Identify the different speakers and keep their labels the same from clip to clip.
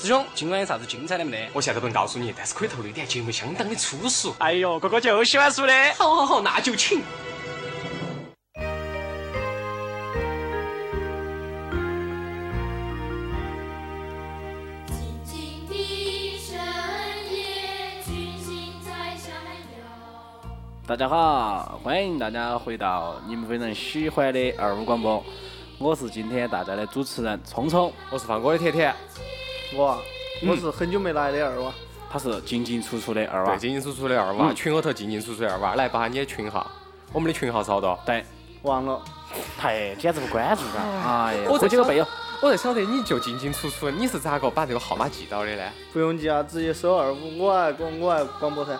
Speaker 1: 师兄，今晚有啥子精彩的没得？
Speaker 2: 我现在不能告诉你，但是可以透露一点，节目相当的粗俗。
Speaker 1: 哎呦，哥哥就喜欢说的。
Speaker 2: 好好好，那就请。
Speaker 3: 静静的深夜，群星在闪耀。
Speaker 4: 大家好，欢迎大家回到你们非常喜欢的二五广播，我是今天大家的主持人聪聪，
Speaker 5: 我是放歌的甜甜，
Speaker 6: 我，我是很久没来的二娃，
Speaker 4: 他是进进出出的二
Speaker 5: 对，
Speaker 4: 娃。
Speaker 5: 进进出出的二娃，群后头进进出出的二娃，来报下你的群号。我们的群号是好多？
Speaker 4: 对，
Speaker 6: 忘了，
Speaker 4: 太简直不关注嘎！ 哎呀，我这
Speaker 5: 这
Speaker 4: 几个背友，
Speaker 5: 我才晓得你就进进出出，你是咋个把这个号码记到的 呢？
Speaker 6: 不用记啊，直接搜二五，我爱广，我爱广播噻。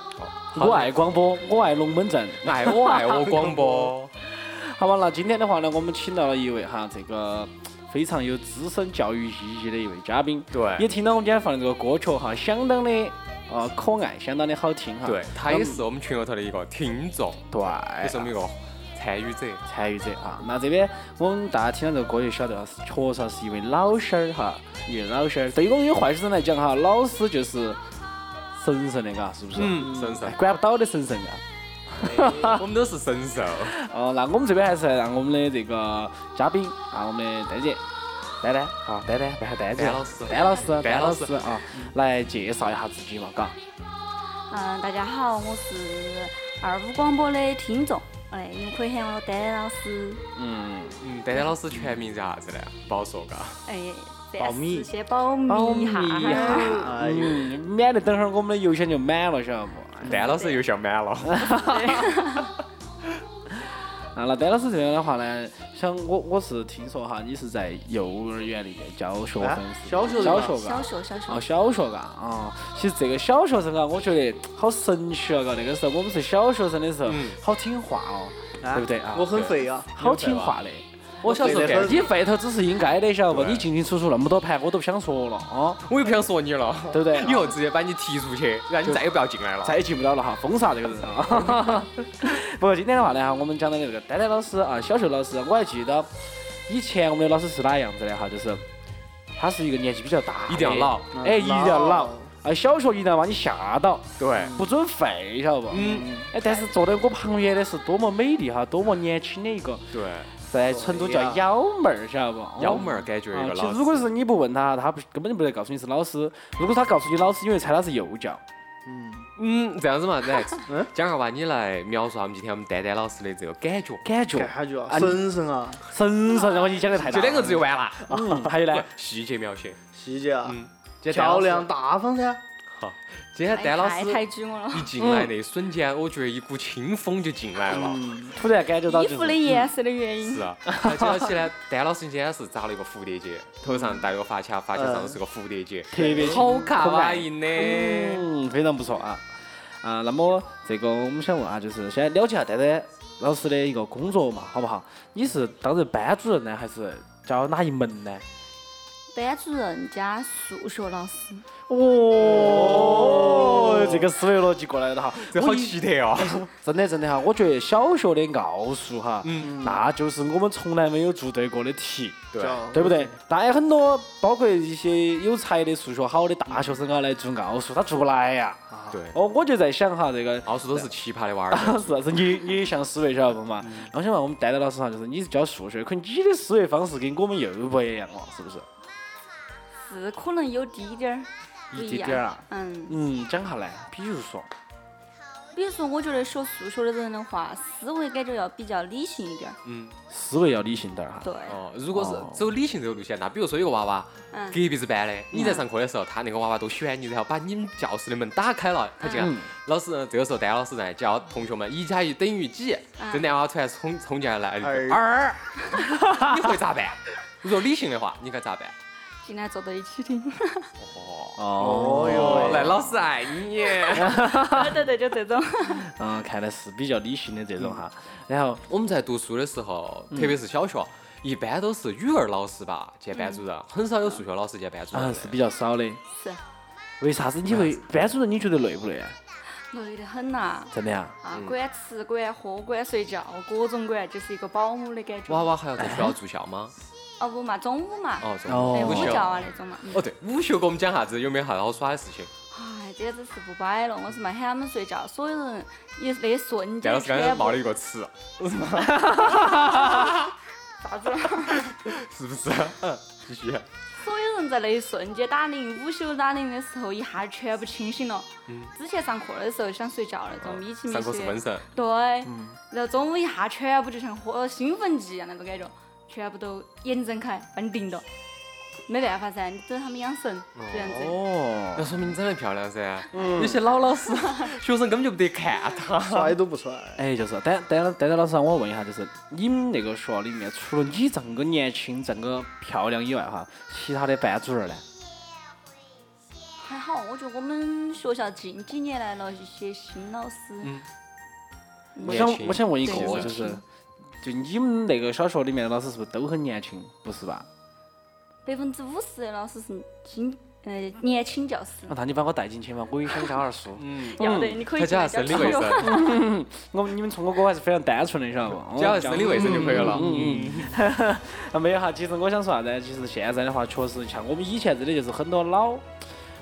Speaker 4: 我爱广播，我爱龙门阵。
Speaker 5: 爱我爱我广 播，
Speaker 4: 好吧，那今天的话呢，我们请到了一位哈，这个非常有资深教育意义的一位嘉宾。
Speaker 5: 对
Speaker 4: 也听到我们今天放的这个歌曲哈，相当的呃可爱，相当的好听哈。
Speaker 5: 对，他也是我们群后头的一个听众，
Speaker 4: 对，
Speaker 5: 也是我们一个参与者。
Speaker 4: 参与者啊。那这边我们大家听到这个歌就晓得了，确实是一位老师儿哈，一位老师儿。对于我们坏学生来讲哈，老师就是神圣的嘎，是不是？
Speaker 5: 嗯，神兽
Speaker 4: 哎，管不到的神圣嘎。
Speaker 5: 我们都是神兽。
Speaker 4: 哦，那我们这边还是让我们的这个嘉宾啊，我们的丹姐，丹丹啊，丹丹，不喊丹姐，
Speaker 5: 丹老师
Speaker 4: 丹老师，丹
Speaker 5: 丹
Speaker 4: 老师啊，来介绍一下自己嘛，嘎。
Speaker 7: 嗯，大家好，我是二五广播的听众，哎，你们可以喊我丹丹老师，
Speaker 4: 嗯，
Speaker 5: 嗯，丹丹老师全名叫啥子呢？不好说嘎。
Speaker 7: 哎，
Speaker 6: 保密
Speaker 7: 暂时先保密一下
Speaker 4: 保密一
Speaker 7: 哈。
Speaker 4: 下
Speaker 6: 哎呦，
Speaker 4: 嗯，免得等会儿我们的邮箱就满了，晓得不？
Speaker 5: 丹老师又笑满了。
Speaker 4: 啊，那丹老师这边的话呢，像我我是听说哈，你是在幼儿园里面教学生
Speaker 6: 啊
Speaker 4: 是
Speaker 6: 小
Speaker 4: 吧，
Speaker 6: 学的
Speaker 4: 小学
Speaker 6: 吧
Speaker 7: 哎小
Speaker 4: 嘎。
Speaker 7: 学，小学
Speaker 4: 哦，，小学嘎啊、其实这个小学生啊，我觉得好神奇啊！嘎，那个时候我们是小学生的时候，
Speaker 5: 嗯
Speaker 4: 好听话哦，
Speaker 6: 啊
Speaker 4: 对不对啊？
Speaker 6: 我很肥啊，
Speaker 4: 好听话的。
Speaker 5: 我小时候
Speaker 6: 我背得
Speaker 5: 干
Speaker 6: 很
Speaker 4: 你费头只是应该的，晓得不？
Speaker 5: 对
Speaker 4: 你进进出出那么多盘，我都不想说了啊，
Speaker 5: 我又不想说你了，
Speaker 4: 对 不对？
Speaker 5: 以后直接把你踢出去，然后你再也不要进来了。
Speaker 4: 再也进不了了哈，封杀这个人啊。 不过今天的话呢，哈，我们讲到的这个丹丹老师啊，小秀老师，我还记得以前我们的老师是哪样子的哈，就是他是一个年纪比较大的，
Speaker 5: 一定要老
Speaker 4: 哎，一定要老
Speaker 6: 嗯老。
Speaker 4: 啊，小学一定要把你吓到，
Speaker 5: 对，
Speaker 4: 不准废，晓得不？
Speaker 5: 嗯，
Speaker 4: 哎，但是坐在我旁边的是多么美丽哈，多么年轻的一个，
Speaker 5: 对，
Speaker 4: 在成都叫幺妹儿，晓得不？
Speaker 5: 幺妹儿感觉有
Speaker 4: 啊
Speaker 5: 一个，
Speaker 4: 其
Speaker 5: 老
Speaker 4: 实
Speaker 5: 师。
Speaker 4: 如果是你不问他，他不根本就不得告诉你是老师。如果他告诉你老师，你会猜他是幼教。
Speaker 5: 嗯，这样 子嘛，来
Speaker 6: 嗯，
Speaker 5: 江二娃，你来描述下我们今天我们丹丹老师的这个感觉。
Speaker 4: 感觉
Speaker 6: 感觉
Speaker 4: 啊
Speaker 6: 啊，神圣啊，
Speaker 4: 神圣，我你讲的太大
Speaker 5: 就
Speaker 4: 了
Speaker 5: 两个字就。完了。
Speaker 4: 嗯，还有呢，
Speaker 5: 细节描写，
Speaker 6: 细节啊，
Speaker 5: 嗯，
Speaker 6: 漂亮。大方噻，
Speaker 5: 今天
Speaker 7: 哎
Speaker 5: 丹老
Speaker 7: 太抬
Speaker 5: 师
Speaker 7: 举我了，
Speaker 5: 一进
Speaker 4: 嗯
Speaker 5: 来那一瞬间，我觉得一股清风就进来了。
Speaker 4: 突然感觉到
Speaker 7: 衣
Speaker 4: 就是
Speaker 7: 服的颜色的原因
Speaker 5: 是。啊，那接起来，丹老师今天是扎了一个蝴蝶结，头上戴了个发卡，发卡上是个蝴蝶结，
Speaker 4: 特别
Speaker 5: 好卡
Speaker 4: 可
Speaker 5: 哇
Speaker 4: 爱
Speaker 5: 伊呢。
Speaker 4: 嗯，非常不错啊。啊，那么这个我们想问啊，就是先了解一下丹丹老师的一个工作嘛，好不好？你是担任班主任呢，还是教哪一门呢？
Speaker 7: 班主任加数学老师，
Speaker 4: 哦，这个思维逻辑过来的哈，
Speaker 5: 这
Speaker 4: 我
Speaker 5: 好
Speaker 4: 一
Speaker 5: 奇特哦！
Speaker 4: 真的真的哈，我觉得小学的奥数哈，那就是我们从来没有做对过的题，
Speaker 5: 对啊
Speaker 6: 叫
Speaker 4: 对不对？那有很多，包括一些有才的数学好的大学生啊，来做奥数，他做不来呀、
Speaker 5: 对，
Speaker 4: 哦，我就在想哈，这个
Speaker 5: 奥数都是奇葩的娃儿，
Speaker 4: 老师是逆逆向思维，晓得不嘛？
Speaker 5: 嗯
Speaker 4: 那我想问我们丹丹老师哈，就是你是教数学，可能你的思维方式跟我们又不一样了，是不是？
Speaker 7: 是可能有低点儿不
Speaker 4: 一
Speaker 7: 一
Speaker 4: 点点
Speaker 7: 样
Speaker 4: 啊。
Speaker 7: 嗯，
Speaker 4: 嗯，讲下来，比如说，
Speaker 7: 比如说，我觉得学数学的人的话，思维感觉要比较理性一点儿。
Speaker 5: 嗯，
Speaker 4: 思维要理性点儿哈。
Speaker 7: 对，
Speaker 5: 哦，如果
Speaker 4: 啊哦
Speaker 5: 是走理性这个路线，那比如说有个娃娃，隔
Speaker 7: 嗯，
Speaker 5: 壁子班的，你在上课的时候，他那个娃娃都喜欢你，然后把你们教室的门打开了，他进来
Speaker 4: 嗯，
Speaker 5: 老师这个时候丹老师在教同学们一加一等于几，
Speaker 7: 嗯
Speaker 5: 这男娃突然冲冲进来了，
Speaker 4: 哎
Speaker 6: 二
Speaker 5: 二， 你会咋办？如果理性的话，你该咋办？
Speaker 7: 尽量坐到一起听。
Speaker 5: 哦，
Speaker 4: 哦
Speaker 5: 哦，来，老师爱你，
Speaker 7: 对对对，就这种。
Speaker 4: 嗯，看来是比较理性的这种
Speaker 5: 嗯
Speaker 4: 哈。然后，
Speaker 5: 我们在读书的时候，特别是小学。一般都是语文老师吧兼班主任，很少有数学老师兼班主任
Speaker 4: 嗯，
Speaker 5: 的。
Speaker 4: 是比较少的。
Speaker 7: 是，
Speaker 4: 为啥子你
Speaker 5: 嗯
Speaker 4: 会班主任？你觉得累不累啊？
Speaker 7: 累得很呐。
Speaker 4: 真的呀？
Speaker 7: 啊，
Speaker 5: 嗯
Speaker 7: 管吃管喝管睡觉，各种管，就是一个保姆的感觉。
Speaker 5: 娃娃还要在学校住校吗？
Speaker 7: 哦不嘛，中午嘛，
Speaker 5: 哦，中
Speaker 4: 哦
Speaker 5: 午
Speaker 7: 哎
Speaker 5: 午
Speaker 7: 午
Speaker 5: 休
Speaker 7: 觉。啊那种嘛。嗯
Speaker 5: 哦，对，午休给我们讲啥子？有没有啥子好耍的 事情？
Speaker 7: 哎，简直是不摆了！我是嘛喊他们睡觉，所有人也是那一瞬
Speaker 5: 戴
Speaker 7: 间
Speaker 5: 老师刚才
Speaker 7: 全部
Speaker 5: 冒了一个 词，
Speaker 7: 啥子了？
Speaker 5: 是不是？嗯，继续。
Speaker 7: 所有人在那一瞬间打铃，午休打铃的时候，一下儿全部清醒了。之前上课的时候想睡觉那种迷起迷
Speaker 5: 嗯哦上课
Speaker 7: 起
Speaker 5: 是
Speaker 7: 的，
Speaker 5: 分神，
Speaker 7: 对，
Speaker 5: 嗯
Speaker 7: 然后中午一下全部就像喝兴奋剂一啊样那种感觉，全部都眼睁开把你盯到，没办法噻，你只能他们养神这样子。
Speaker 4: 哦，
Speaker 5: 那说明你长得漂亮噻。有些老老师嗯学生根本就不得看啊他。
Speaker 6: 帅都不帅。
Speaker 4: 哎，就是，丹丹丹丹老师啊，我问一下，就是你们那个学校里面，除了你这么个年轻、这么个漂亮以外，哈，其他的班主任呢？
Speaker 7: 还好，我觉得我们学校近几年来了一些新老师，
Speaker 5: 嗯
Speaker 4: 我想
Speaker 5: 年轻
Speaker 4: 我想问一个哦
Speaker 7: 对，年
Speaker 4: 就是
Speaker 7: 轻，
Speaker 4: 就你们那个小学里面的老师是不是都很年轻？不是吧？
Speaker 7: 百分之五十的老师是新呃年轻教师
Speaker 4: 啊，。那你把我带进去嘛，我也想教下书。
Speaker 7: 要得，你可以
Speaker 5: 他
Speaker 7: 进来
Speaker 5: 家生理卫
Speaker 7: 教
Speaker 5: 生
Speaker 7: 我。，
Speaker 4: 我你们聪哥哥还是非常单纯的，晓得不？哦
Speaker 5: 只要生理卫生就可以了。嗯
Speaker 4: 啊，没有哈，其实我想说啥子呢？其实现在的话，确实像我们以前真的就是很多老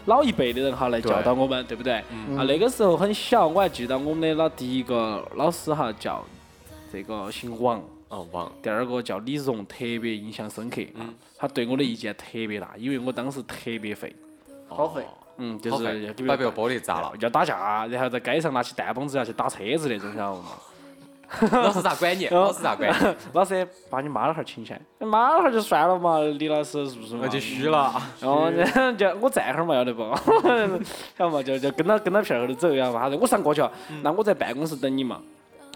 Speaker 4: 老一辈的人哈来教导我们，对不对？啊，那个时候很小，我还记得我们的老第一个老师哈叫这个姓王，
Speaker 5: 哦，忘了。
Speaker 4: 第二个叫李荣，特别印象深刻啊。他对我的意见特别大，因为我当时特别废，
Speaker 6: 好费
Speaker 4: 嗯，就
Speaker 5: 好
Speaker 4: 是
Speaker 5: 费
Speaker 4: 要给别
Speaker 5: 哦把
Speaker 4: 人
Speaker 5: 别个玻璃砸了。
Speaker 4: 要打架，然后在街上拿起弹蹦子要去打车子那种，晓得不嘛？
Speaker 5: 老师咋管你？老师咋管你？
Speaker 4: 老师把你妈老汉儿请起来，妈老汉儿就算了嘛，李老师是不是嘛？
Speaker 5: 那就虚了。
Speaker 4: 然后然后就 我站会儿嘛，要得不？ 晓得嘛？就就跟到跟到屁儿后头走，然后嘛，他说我上过去了，啊
Speaker 5: 嗯
Speaker 4: 那我在办公室等你嘛。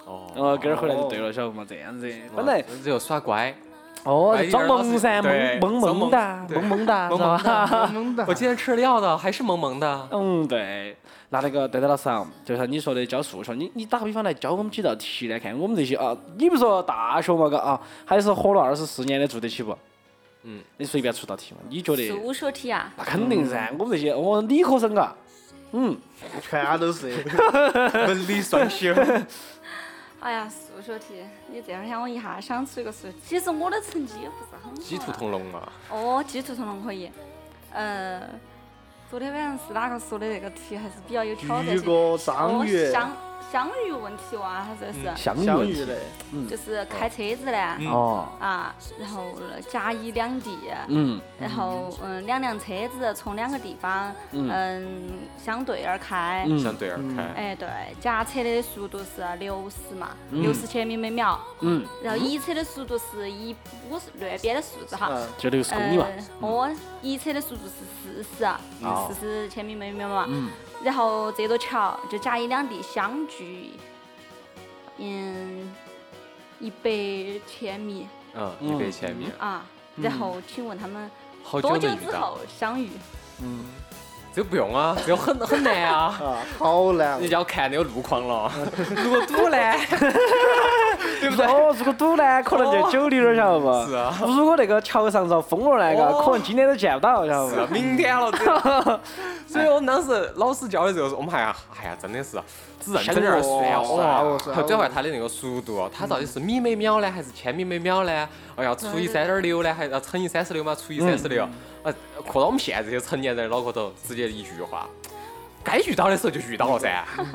Speaker 4: 然
Speaker 5: 哦，
Speaker 4: 后跟儿回来就对了，晓得不嘛？这样子，本来
Speaker 5: 只有耍乖。
Speaker 4: 哦
Speaker 5: 哎
Speaker 4: 装萌噻，
Speaker 5: 对
Speaker 4: 萌萌萌的，
Speaker 5: 装
Speaker 4: 萌 萌的，
Speaker 5: 萌
Speaker 4: 是
Speaker 5: 萌
Speaker 4: 吧
Speaker 5: 的，萌萌的。我今天吃了药的，还是萌萌的。
Speaker 4: 嗯，对。那那个对对老师啊，就像你说的教数学，你你打个比方来教我们几道题来看，我们这些啊，你不说大学嘛，嘎啊，还是活了二十四年的做得起不？
Speaker 5: 嗯，
Speaker 4: 你随便出道题嘛，你觉得？
Speaker 7: 数学题啊，
Speaker 4: 那肯定噻，我们这些我理科生啊嘎，
Speaker 6: 全都是。
Speaker 5: 文理双修。
Speaker 7: 哎呀，数学题，你这样喊我一下想出一个数学。其实我的成绩也不是很好。啊
Speaker 5: 鸡兔。同笼嘛。
Speaker 7: 哦，鸡兔同笼可以。呃，昨天晚上是哪个说的那个题，还是比较有挑战
Speaker 6: 鱼
Speaker 7: 性。
Speaker 6: 哥、章鱼
Speaker 7: 哦、、相相遇问题哇，他这是，
Speaker 4: 相
Speaker 6: 相
Speaker 4: 问
Speaker 6: 遇
Speaker 4: 题
Speaker 6: 的，
Speaker 7: 就是开车子呢，
Speaker 4: 哦，
Speaker 7: 啊，然后甲乙两地，
Speaker 4: 嗯，
Speaker 7: 然后嗯，两辆车子从两个地方
Speaker 4: 嗯
Speaker 7: 嗯相对而开，
Speaker 5: 相对而开。
Speaker 7: 哎，对，甲车的速度是六十嘛，六十千米每秒。
Speaker 4: 嗯。
Speaker 7: 然后乙车的速度是一五十那边的数字
Speaker 4: 啊
Speaker 7: 哈。
Speaker 6: 嗯，
Speaker 4: 就六十公里嘛，
Speaker 7: 呃，哦，乙车的速度是四十啊，
Speaker 5: 哦
Speaker 7: 四十千米每秒嘛。
Speaker 5: 嗯
Speaker 7: 然后这座桥就甲乙两地相距，嗯，一百千米
Speaker 5: 嗯，一百千米。
Speaker 7: 啊。然后，请问他们
Speaker 5: 嗯好
Speaker 7: 多
Speaker 5: 久
Speaker 7: 久
Speaker 5: 没遇
Speaker 7: 之
Speaker 5: 到
Speaker 7: 后？相遇？
Speaker 5: 这个不用啊，这个很很难啊。
Speaker 6: 啊，好难
Speaker 5: 你。就要 看那个路况了。
Speaker 4: 哦，如果堵呢，可能就久滴点儿，晓得不？
Speaker 5: 是啊。
Speaker 4: 如果那个桥上遭封了那个，可能今天都见不到，晓
Speaker 5: 是
Speaker 4: 得
Speaker 5: 啊
Speaker 4: 不？
Speaker 5: 明天了，这 个所以我们当时老师教的时候，我们还呀，哎呀，真的是只认真点儿算
Speaker 6: 哦
Speaker 5: 哦，
Speaker 6: 是啊
Speaker 5: 还转换它的那个速度，它到底是米每秒呢，还是千米每秒呢？哎呀，除以三点六呢，还要乘以三十六嘛，除以三十六，呃，扩到我们现在这些成年人脑壳头，直接一句话，该遇到的时候就遇到了 噻。嗯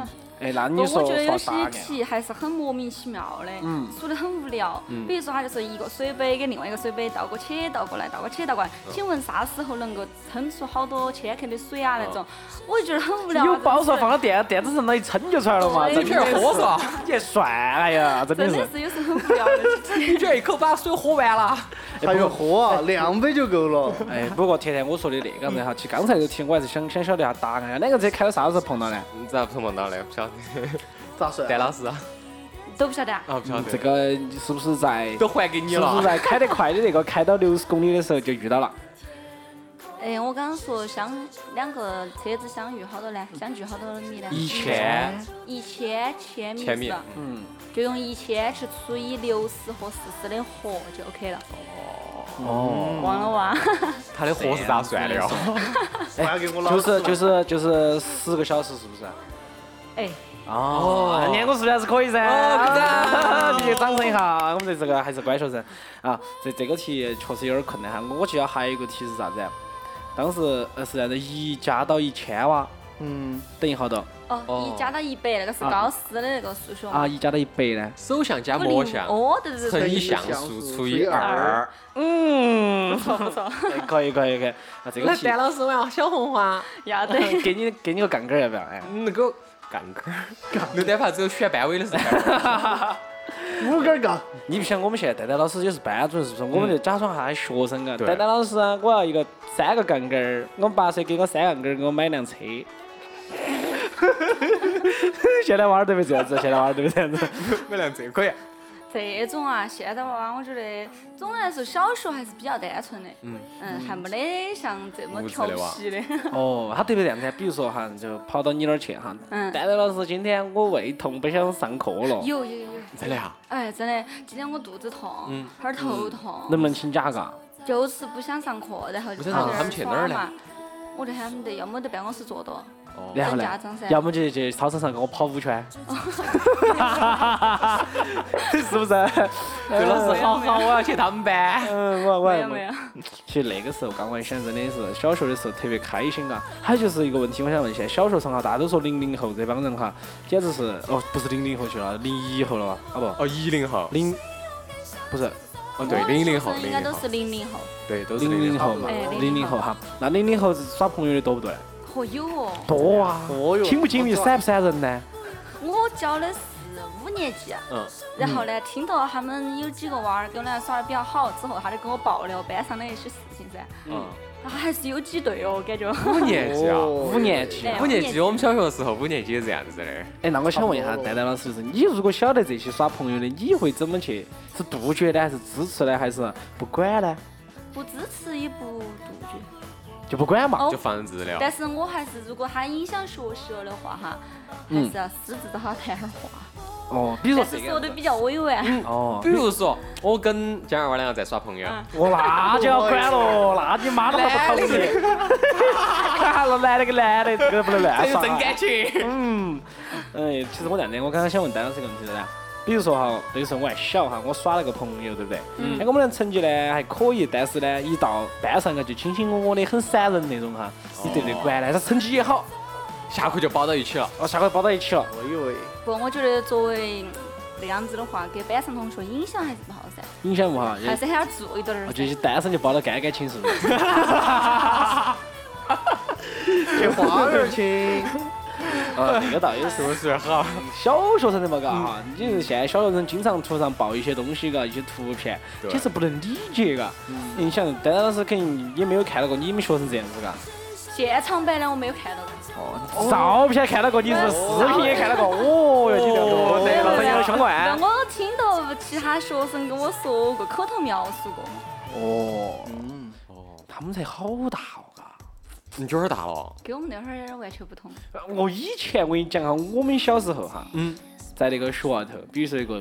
Speaker 4: 哎，那
Speaker 7: 不
Speaker 4: 你
Speaker 7: 我
Speaker 4: 说
Speaker 7: 觉得
Speaker 4: 发
Speaker 7: 有
Speaker 4: 答
Speaker 7: 些
Speaker 4: 案？
Speaker 7: 题还是很莫名其妙的，
Speaker 5: 嗯
Speaker 7: 说的很无聊。比如说，它就是一个水杯跟另外一个水杯倒过去、倒过来、倒过去、倒过来，
Speaker 5: 哦
Speaker 7: 请问啥时候能够撑出好多千克的水啊？
Speaker 5: 哦
Speaker 7: 那种，我就觉得很无聊。
Speaker 4: 有包
Speaker 7: 啊真
Speaker 4: 说
Speaker 7: 是
Speaker 4: 放到电电子上那一撑就出来了嘛，
Speaker 7: 对
Speaker 5: 这
Speaker 4: 真
Speaker 5: 瓶儿
Speaker 4: 的
Speaker 5: 喝
Speaker 4: 是，
Speaker 5: 嗦，
Speaker 4: 你还算，哎呀，真的
Speaker 7: 真
Speaker 4: 是
Speaker 7: 的。是有时候很无聊的事情。
Speaker 5: 一瓶儿一口把水喝完了。
Speaker 6: 还有喝啊，两杯就够了。
Speaker 4: 哎，不过甜甜我说的那个子哈，其实刚才这个题我还是想想晓得一下答案啊。两个车开到啥时候碰到呢？
Speaker 5: 你咋不碰到的？不晓得，
Speaker 6: 咋算？
Speaker 5: 戴老师啊，
Speaker 7: 都不晓得啊，
Speaker 5: 啊不晓得，
Speaker 4: 这个是不是 在
Speaker 5: 都还给你
Speaker 4: 是不是
Speaker 5: 了。
Speaker 4: 在开得快的那个开到六十公里的时候就遇到 了？
Speaker 7: 哎，我刚刚说相两个车子相遇好多呢，相距好多米呢？
Speaker 4: 一
Speaker 5: 千
Speaker 7: 一千千米
Speaker 5: 千
Speaker 7: 是
Speaker 5: 米，
Speaker 7: 吧？就用一千去除以六十和四十的和就 OK 了。哦，忘了哇。
Speaker 5: 他的和是咋算的哟？
Speaker 6: 还给我老
Speaker 4: 哎就
Speaker 6: 师
Speaker 4: 是
Speaker 6: 了
Speaker 4: 就是就是十个小时是不是？
Speaker 7: 哎，
Speaker 4: 哦，念过书的还是可以噻。
Speaker 5: 啊
Speaker 4: 哦， 你就掌声一下，我们这这个还是乖学生啊。这这个题确实有点困难哈。我记得还有一个题是啥子啊？当时呃是啥子一加到一千哇，
Speaker 6: 嗯，
Speaker 4: 等于好多
Speaker 7: 哦，一加到一百，那个是高斯的那个数学
Speaker 4: 啊？一加到一百呢？
Speaker 5: 首相加
Speaker 7: 五
Speaker 5: 魔
Speaker 7: 零
Speaker 5: 相
Speaker 7: 哦，对对
Speaker 5: 乘
Speaker 7: 对，
Speaker 5: 以
Speaker 6: 相
Speaker 5: 项
Speaker 6: 数
Speaker 5: 数除
Speaker 6: 除
Speaker 5: 以
Speaker 6: 以
Speaker 5: 二。
Speaker 4: 嗯
Speaker 7: 不，错不错，
Speaker 4: 哎可以可以可以。啊，这个题
Speaker 5: 老师，我要小红花。
Speaker 7: 要得。
Speaker 4: 给你给你个杠杆儿要不要？哎，
Speaker 5: 那个 杠杆儿，刘德华只有选班委的时候。
Speaker 6: 五根杠，
Speaker 4: 你不像我们现在丹丹老师也是班主任，是不是？我们就假装还学生啊。
Speaker 5: 对
Speaker 4: 丹丹老师啊，我要一个三个杠杆儿，我们八岁给我三个杠杆儿，给我买辆车。 现在娃儿都没这样子，现在娃儿都没这样子。
Speaker 5: 买辆车可以。
Speaker 7: 这种啊，现在娃娃，我觉得总的来说，小学还是比较单纯的，嗯还没得像这么调皮的。
Speaker 4: 哦，他特别这样子，比如说哈，就跑到你那儿去哈。
Speaker 7: 嗯
Speaker 4: 丹丹老师，今天我胃痛，不想上课了，
Speaker 7: 有有有有，
Speaker 5: 真的啊？
Speaker 7: 哎，真的，今天我肚子
Speaker 5: 嗯
Speaker 7: 痛，哈儿头
Speaker 4: 能
Speaker 7: 痛，
Speaker 4: 不能请假嘎？
Speaker 7: 就是不想上课，然后就
Speaker 5: 不想上课
Speaker 7: 跑这
Speaker 5: 他们去哪儿嘞
Speaker 7: 耍嘛。我在他们的，要么在办公室坐到，
Speaker 4: 然后
Speaker 7: 等
Speaker 4: 呢
Speaker 7: 家长噻，
Speaker 4: 要么就去操场上跟我跑五 圈，是不是？
Speaker 5: 刘老师，好好，我要去他们班。
Speaker 4: 嗯，我我
Speaker 7: 没
Speaker 4: 还
Speaker 7: 有没有，
Speaker 4: 其实那个时候刚我还想，真的是小学的时候特别开心啊。还有就是一个问题，我想问，现在小学生哈，大家都说零零后这帮人哈，简直是哦，不是零零后去了，零一后了啊不，
Speaker 5: 哦，一零后。
Speaker 4: 零不是
Speaker 5: 哦，对，
Speaker 7: 我
Speaker 5: 零零后，
Speaker 7: 小时候
Speaker 5: 零
Speaker 7: 应该
Speaker 5: 零
Speaker 7: 都
Speaker 5: 后
Speaker 7: 是，零零后，
Speaker 5: 对，都是
Speaker 4: 零
Speaker 5: 零
Speaker 4: 零后
Speaker 5: 后。
Speaker 4: 嘛
Speaker 7: 哎，
Speaker 4: 零
Speaker 7: 00
Speaker 4: 零后哈。那零零后是耍朋友的多不多呢？
Speaker 7: 嚯有哦，
Speaker 4: 多啊，
Speaker 6: 哦哟
Speaker 4: 亲不亲密，闪不闪人呢？
Speaker 7: 我教的是五年级，啊
Speaker 5: 嗯
Speaker 7: 然后呢，听到他们有几个娃儿跟我俩耍的比较好之后，他就跟我爆料班上的一些事情噻，
Speaker 5: 嗯。
Speaker 7: 然后还是有几对哦，感觉。
Speaker 5: 五年级啊，
Speaker 6: 哦
Speaker 4: 五年级
Speaker 7: 哎
Speaker 5: 五年级，我们小学的时候五年级也这样子的。
Speaker 4: 哎，那我想问一下蛋蛋老师，就是你如果晓得这些耍朋友的，你会怎么去？是杜绝呢，还是支持呢，还是不管呢？
Speaker 7: 不支持也不杜
Speaker 5: 嗯
Speaker 7: 绝。
Speaker 4: 就不管嘛。
Speaker 7: 哦
Speaker 5: 就防治疗。
Speaker 7: 但是我还是，如果他影响学习了的话，哈，还
Speaker 4: 嗯
Speaker 7: 是要私自找他谈点话，
Speaker 4: 哦，比如说
Speaker 7: 但
Speaker 4: 这
Speaker 7: 是
Speaker 4: 个
Speaker 7: 说
Speaker 4: 样
Speaker 7: 的
Speaker 4: 子。
Speaker 7: 比较委婉。
Speaker 4: 哦
Speaker 5: 比，如说，我跟江二娃两个在耍朋友，
Speaker 7: 嗯
Speaker 4: 我那就要管了，那你妈都还不同意。完了，男的跟男的，这个不能乱啊耍。
Speaker 5: 情。
Speaker 4: 嗯，哎，其实我这样的，我刚刚想问丹老师一个问题的呢。比如说哈，那个时候我还小哈，我耍了个朋友，对不对？嗯。那我们的成绩呢还可以，但是呢，一到班上啊就卿卿我我的，很闪人那种哈。你对不对？管呢，他成绩也好，
Speaker 5: 下课就抱到一起了。
Speaker 4: 哦，下课抱到一起了。
Speaker 6: 我以为
Speaker 7: 不，我觉得作为那样子的话，给班上同学影响还是不好噻，
Speaker 4: 影响不哈，
Speaker 7: 还是喊他注意点儿
Speaker 4: 嗯我
Speaker 7: 噻。
Speaker 4: 觉得单身就抱得干干净净，是不是？
Speaker 6: 去花园去，
Speaker 4: 啊，这个倒也是。
Speaker 5: 不是好，
Speaker 4: 小学生的嘛，嘎哈，你就是现在小学生经常图上爆一些东西，嘎，一些图片，
Speaker 5: 对
Speaker 4: 简直不能理解，嘎。你想，丹丹老师肯定也没有看到过你们学生这样子，嘎。
Speaker 7: 现场版的我没有看到过，
Speaker 4: 照片看到过，你是不是视频也看到过，哦哟，你这
Speaker 5: 哦
Speaker 4: 个
Speaker 5: 对
Speaker 4: 老师有点凶
Speaker 7: 但
Speaker 4: 乱。
Speaker 7: 我听到其他学生跟我说过，口头描述过。
Speaker 4: 哦，
Speaker 6: 嗯
Speaker 4: 他们才好大哦，嘎。
Speaker 5: 你觉得大了？
Speaker 7: 跟我们那会儿完全不同。
Speaker 4: 我以前我跟你讲哈，我们小时候哈，
Speaker 5: 嗯
Speaker 4: 在那个学校头，比如说一个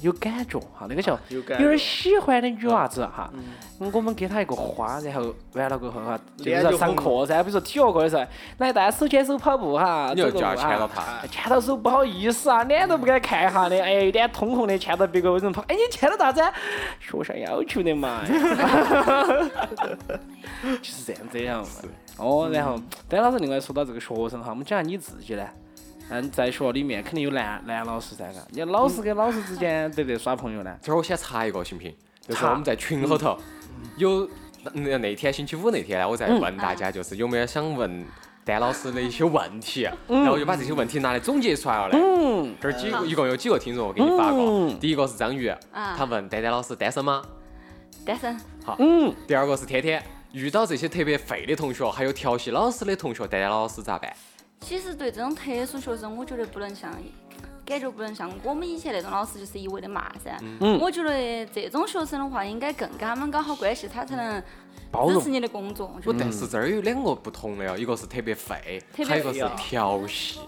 Speaker 4: 有感觉哈，那个叫
Speaker 6: 有感觉
Speaker 4: 点喜欢的女娃子哈，我们给她一个花，然后完了过后哈，就是
Speaker 6: 脸
Speaker 4: 要
Speaker 6: 就
Speaker 4: 上
Speaker 6: 红
Speaker 4: 课噻，比如说体育课的时候，来大家手牵手跑步哈，
Speaker 5: 你又
Speaker 4: 走个
Speaker 5: 叫
Speaker 4: 路
Speaker 5: 她牵到
Speaker 4: 哈
Speaker 5: 她，
Speaker 4: 牵到手不好意思啊，脸都不敢看一下的，哎，一脸通红的牵到别个为什么跑？哎，你牵到啥子啊？学校要求的嘛， 就是这样子样嘛。哦，然后丹老师另外说到这个学生哈，我们讲下你自己呢。嗯，在学校里面肯定有男男老师噻，嘎，你看老师跟老师之间对不对耍朋友呢？
Speaker 5: 这儿我先查一个行不行？就是
Speaker 4: 查
Speaker 5: 我们在群后头
Speaker 7: 嗯
Speaker 5: 有那那天星期五那天呢，我在问大家，就是有没有想问丹老师的一些问题，啊
Speaker 7: 嗯
Speaker 5: 然后我就把这些问题拿来总结出来了嘞。
Speaker 4: 嗯，
Speaker 5: 这儿几一共有几个听众，我给你发过
Speaker 4: 嗯。
Speaker 5: 第一个是章鱼，
Speaker 7: 啊
Speaker 5: 他问丹丹老师单身吗？
Speaker 7: 单身，
Speaker 4: 嗯，
Speaker 5: 第二个是天天。遇到这些特别废的同学，还有调戏老师的同学，丹丹老师咋办？
Speaker 7: 其实对这种特殊学生，我觉得不能像，感觉不能像我们以前那种老师就是一味的骂噻。
Speaker 4: 嗯
Speaker 7: 我觉得这种学生的话，应该更跟他们搞好关系，他才能
Speaker 4: 包
Speaker 7: 支持
Speaker 4: 容。
Speaker 7: 你的工作。我觉
Speaker 5: 不，
Speaker 7: 得
Speaker 5: 但是这儿有两个不同的哦，一个是特别废
Speaker 7: 特别，
Speaker 5: 还有一个
Speaker 7: 废
Speaker 5: 是
Speaker 7: 啊
Speaker 5: 调戏。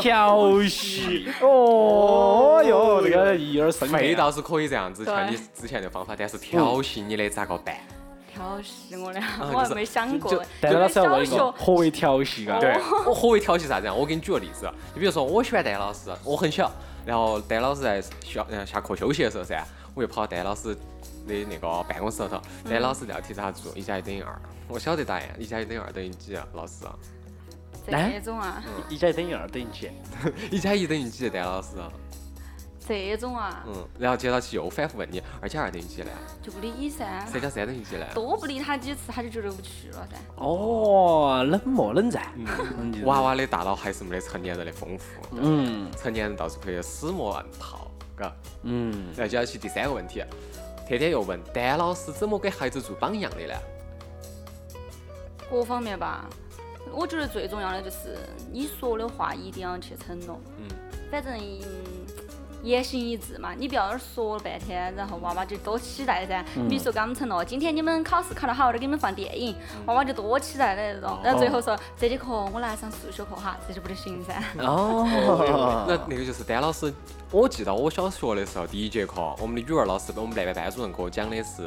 Speaker 4: 调戏。哦哟，这个一耳生
Speaker 5: 废
Speaker 4: 黑
Speaker 5: 倒是可以这样子，
Speaker 7: 对
Speaker 5: 像你之前的方法，但是调戏你的咋个办？
Speaker 7: 调戏我俩，
Speaker 5: 啊
Speaker 7: 我还
Speaker 5: 就是
Speaker 7: 没想过
Speaker 5: 就。
Speaker 4: 但是老师要问一
Speaker 7: 因为小
Speaker 4: 个，
Speaker 7: 学
Speaker 4: 何为调戏啊？
Speaker 5: 对，我何为调戏啥子啊？我给你举个例子，你比如说我喜欢戴老师，我很小，然后戴老师在下呃下课休息的时候噻，我就跑到戴老师的那个办公室头头，戴老师要题咋做？一加一等于二，我晓得答案，一加一等于二等于几啊？老师，
Speaker 4: 哎
Speaker 7: 这种啊，
Speaker 4: 一加一等于二等于几？
Speaker 5: 一加一等于几？戴老师，啊
Speaker 7: 这种啊，
Speaker 5: 嗯，然后接到起又反复问你，二加二等于几呢？
Speaker 7: 就不理噻，
Speaker 5: 三加三等于几呢？
Speaker 7: 多不理他几次，他就觉得无趣了噻。
Speaker 4: 哦，冷漠冷战。
Speaker 5: 娃娃的大脑还是没得成年人的丰富，
Speaker 4: 嗯
Speaker 5: 成年人倒是可以死磨硬泡，嘎。
Speaker 4: 嗯，
Speaker 5: 然后就要去第三个问题，天天又问丹老师怎么给孩子做榜样的呢？
Speaker 7: 各方面吧，我觉得最重要的就是你说的话一定要去承诺。
Speaker 5: 嗯，
Speaker 7: 反正嗯言行一致嘛，你不要说了半天，然后娃娃就多期待噻。
Speaker 4: 嗯
Speaker 7: 比如说刚承诺，今天你们考试考得好，我就给你们放电影，
Speaker 5: 嗯
Speaker 7: 娃娃就多期待的那种。然后最后说这节课我来上数学课哈，这就不得行噻。
Speaker 4: 哦，
Speaker 5: 那那个就是丹老师，我记到我小学的时候第一节课，我们的语文老师，我们那边班主任给我讲的是。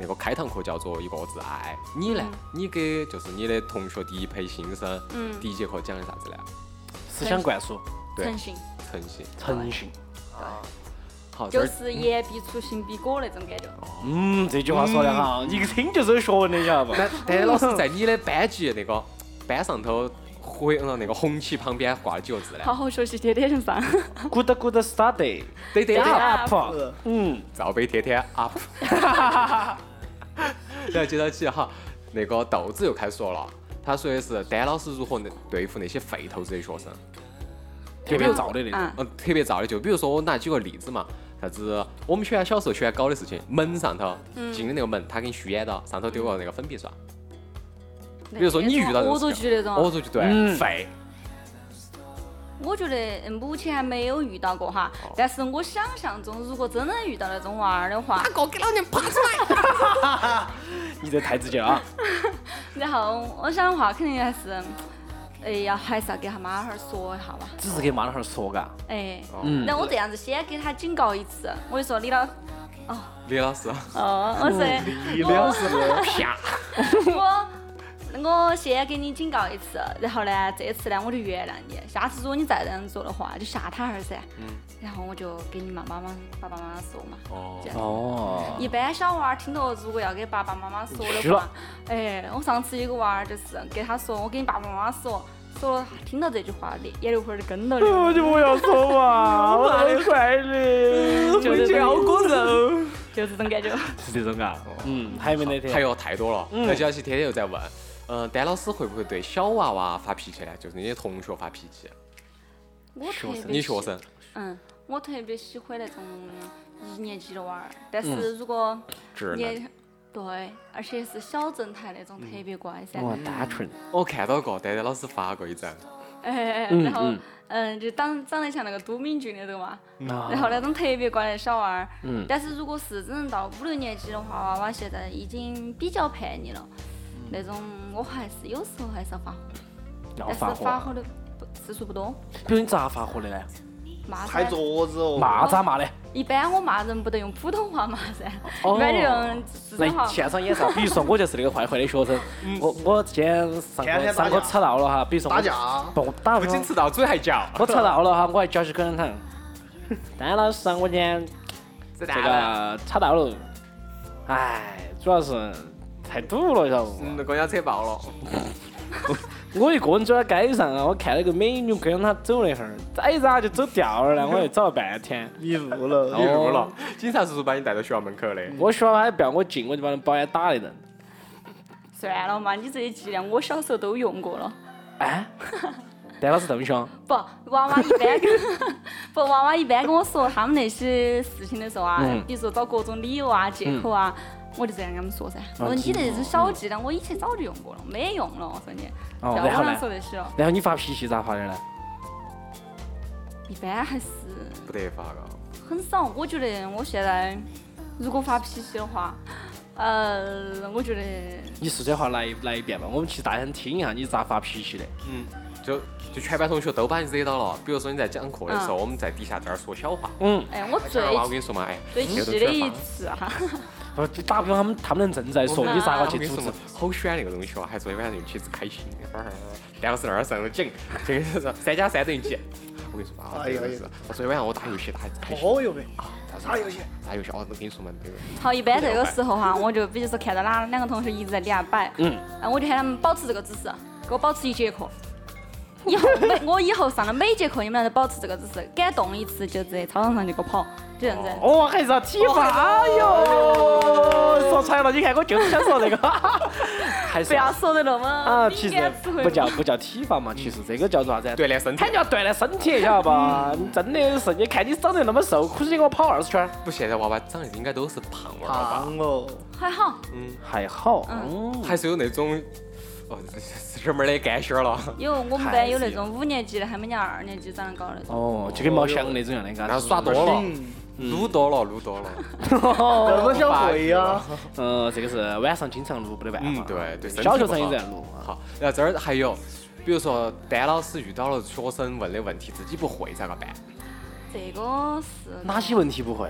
Speaker 5: 那个开堂课叫做一个字爱，你呢？你给就是你的同学第一批新生，
Speaker 7: 嗯
Speaker 5: 第一节课讲的啥子呢？
Speaker 4: 思想灌输，
Speaker 5: 对
Speaker 7: 诚信
Speaker 5: 诚信。
Speaker 4: 诚信。
Speaker 5: 好，这
Speaker 7: 就
Speaker 5: 儿
Speaker 7: 是言必出，行必果那种感觉。
Speaker 5: 哦
Speaker 4: 嗯，这句话说得好，一听就是有学问的，晓得不？
Speaker 5: 但但老 师在你的班级那个班上头灰呃那个红旗旁边挂了几个字呢
Speaker 7: 好好学习，天天向上。
Speaker 4: Good good study
Speaker 5: 得得
Speaker 4: up，
Speaker 6: 呃
Speaker 4: 嗯，
Speaker 5: 罩杯天天 up。然后接到起哈，那个豆子又开始说了，他说的是丹老师如何能对付那些废头子的学生，
Speaker 4: 特别燥的那种。
Speaker 7: 啊，
Speaker 5: 嗯，特别燥的，就比如说我拿几个例子嘛，啥子我们喜欢小时候喜欢搞的事情，门上头进的那个门，他给你虚掩到，上头丢个那个粉笔刷， 比如说你遇到这种
Speaker 7: 恶作剧那种。
Speaker 5: 啊我说就对，
Speaker 4: 嗯
Speaker 5: 废，
Speaker 7: 我觉得嗯目前还没有遇到过哈，
Speaker 5: 哦
Speaker 7: 但是我想象中，如果真的遇到那种娃儿的话，
Speaker 4: 你这太直接了啊！
Speaker 7: 然后我想的话，肯定还是，哎呀，还是要给他妈老汉儿说一下吧，
Speaker 4: 只是给妈老汉儿说嘎。
Speaker 7: 哎，
Speaker 5: 哦
Speaker 4: 嗯
Speaker 7: 那我这样子先给他警告一次，我就说李老，
Speaker 5: 李老师，
Speaker 7: 哦，我
Speaker 5: 嗯
Speaker 7: 是我
Speaker 4: 啪！
Speaker 7: 我我先给你警告一次，然后呢，这次呢我就原谅你，下次如果你再这样做的话，就吓他哈儿噻，然后我就给你妈妈妈爸爸妈妈说嘛，
Speaker 5: 哦
Speaker 7: 这，样子。
Speaker 4: 哦，
Speaker 7: 一般小娃儿听到，如果要给爸爸妈妈说
Speaker 4: 虚
Speaker 7: 的话
Speaker 4: 了，
Speaker 7: 哎，我上次有个娃儿就是给他说，我给你爸爸妈妈说，说了听到这句话，眼眼泪花儿就跟到流。
Speaker 4: 我就不要说嘛，我好快乐，
Speaker 7: 回家
Speaker 4: 好感人，
Speaker 7: 就这种感觉。
Speaker 4: 是这种啊。嗯，还没那天，
Speaker 5: 还有太多了，而且而且天天又在问，嗯，丹老师会不会对小娃娃发脾气呢？就是你的同学发脾气，
Speaker 7: 我特别
Speaker 5: 你
Speaker 7: 喜
Speaker 5: 学生。
Speaker 7: 嗯，我特别喜欢那种一年级的娃儿，但是如果
Speaker 5: 稚嫩
Speaker 7: 你对，而且是小正太那种
Speaker 4: 嗯
Speaker 7: 特别乖噻，
Speaker 4: 哇，单纯，
Speaker 5: 我看到过，丹丹老师发过一张，
Speaker 7: 哎哎，哎 然后嗯，就长长得像那个都敏俊那种嘛。然后那种特别乖的小娃儿，
Speaker 4: 啊嗯
Speaker 7: 但是如果是真正到五六年级的话，娃娃现在已经比较叛逆了，
Speaker 4: 嗯
Speaker 7: 那种我还是有时候还是要发火，
Speaker 4: 要
Speaker 7: 但
Speaker 4: 哦发
Speaker 7: 是发火
Speaker 4: 火。啊
Speaker 7: 的不次数不多，
Speaker 4: 比如你咋发火的呢？
Speaker 7: 骂
Speaker 6: 拍
Speaker 7: 噻。
Speaker 6: 桌子哦，
Speaker 4: 骂咋骂的？
Speaker 7: 一般我骂人不得用普通话骂噻，
Speaker 4: 哦
Speaker 7: 一般就用四川
Speaker 4: 来
Speaker 7: 话。
Speaker 4: 现场演唱，比如说我就是那个坏坏的学生，我我今天上
Speaker 6: 天
Speaker 4: 课
Speaker 6: 天打
Speaker 4: 上
Speaker 6: 架
Speaker 4: 课迟到了哈，比如说我
Speaker 6: 打架
Speaker 4: 不打
Speaker 5: 不
Speaker 4: 不
Speaker 5: 仅
Speaker 4: 上，
Speaker 5: 吃到嘴还嚼。
Speaker 4: 我迟到了哈，我还嚼起口香糖。但老师啊，我今天
Speaker 5: 这
Speaker 4: 这个查到了，哎，主要是太堵了，晓得
Speaker 5: 嗯，
Speaker 4: 不？
Speaker 5: 那公交车爆了。
Speaker 4: 我一个人走在街上啊，我看到一个美女跟着她走了一会儿，再咋就走掉了呢？我又找了半天，
Speaker 6: 迷路了，
Speaker 5: 迷路了，警哦察叔叔把你带到学校门口的。
Speaker 4: 我学校还不要我进，我就把人保安打了一顿。
Speaker 7: 算了嘛，你这些伎俩我小时候都用过了。
Speaker 4: 哎，但老师这么凶，
Speaker 7: 不，娃娃一般跟 不娃娃一般跟我说他们那些事情的时候啊，
Speaker 4: 嗯
Speaker 7: 比如说找各种理由啊、借口啊，我就这样跟他们说噻。
Speaker 4: 哦
Speaker 7: 我说你这种小技能，我以前早就用过了，没用了。我说你，不
Speaker 4: 哦
Speaker 7: 要
Speaker 4: 然后呢
Speaker 7: 网上说那些了，
Speaker 4: 然后你发脾气咋发的呢？
Speaker 7: 一般还是
Speaker 5: 不得发嘎。
Speaker 7: 很少。我觉得我现在如果发脾气的话，呃，我觉得
Speaker 4: 你四川话来一来一遍吧，我们去大声听一下你咋发脾气的。
Speaker 5: 嗯，就就全班同学都把你惹到了。比如说你在讲课的时候，
Speaker 7: 嗯
Speaker 5: 我们在底下在那儿说小话。
Speaker 4: 嗯，
Speaker 7: 哎，我
Speaker 5: 小
Speaker 7: 最
Speaker 5: 娃，我跟你说嘛，哎，
Speaker 7: 最
Speaker 5: 这
Speaker 7: 气
Speaker 5: 都
Speaker 7: 的
Speaker 5: 缺
Speaker 7: 一
Speaker 5: 乏
Speaker 7: 次哈，啊
Speaker 4: 不，就打比方，他们他们能正在说，你咋个去阻止？
Speaker 5: 好喜欢那个东西哦，还昨天晚上用起是开心，两个是二上紧，这个是三加三等于几？我跟你说啊嘛，我真的是，我昨天晚上我打游戏打开心，
Speaker 6: 哦好有呗，
Speaker 5: 啥游戏？啥游戏？哦，我跟你说嘛，这个
Speaker 7: 好，一般这个时候哈，我就比如说看到哪两个同学一直在底下摆，嗯，啊，我就喊他们保持这个姿势，给我保持一节课。以后每 我以后上的每节课，你们俩都保持这个姿势，敢动一次就直接操场上就给我跑，就这样子。
Speaker 4: 哦，还是要体罚哟！说穿了，你看我就是想说这个， 还是
Speaker 7: 不要说的那么
Speaker 4: 啊，其实
Speaker 7: 敏感词汇
Speaker 4: 不叫不叫体罚嘛，其实这个叫做啥子？
Speaker 5: 锻炼身体
Speaker 4: 他。就要锻炼身体，晓得 吧？你真的是，你看你长得那么瘦，可是你给我跑二十圈儿
Speaker 5: 不，现在娃娃长得应该都是胖娃娃吧？
Speaker 6: 胖哦，
Speaker 7: 还好，
Speaker 4: 还好，
Speaker 7: 嗯
Speaker 4: 嗯，
Speaker 5: 还是有那种哦，这妹儿的干仙儿了。
Speaker 7: 有我们班有那种五年级的，还没人家二年级长得高那种。
Speaker 4: 哦，就跟毛翔那种样的，嘎
Speaker 5: 那耍 多了，
Speaker 6: 嗯，
Speaker 5: 撸多了，撸多 了。
Speaker 6: 那么想会呀，
Speaker 4: 嗯，这个是晚上经常录，没得办法。
Speaker 5: 嗯，对对，身体
Speaker 4: 小学
Speaker 5: 不
Speaker 4: 生也
Speaker 5: 好
Speaker 4: 在录啊。
Speaker 5: 好，然后这儿还有，比如说丹老师遇到了学生问的问题，自己不会咋个办？
Speaker 7: 这个是
Speaker 4: 哪些问题不会？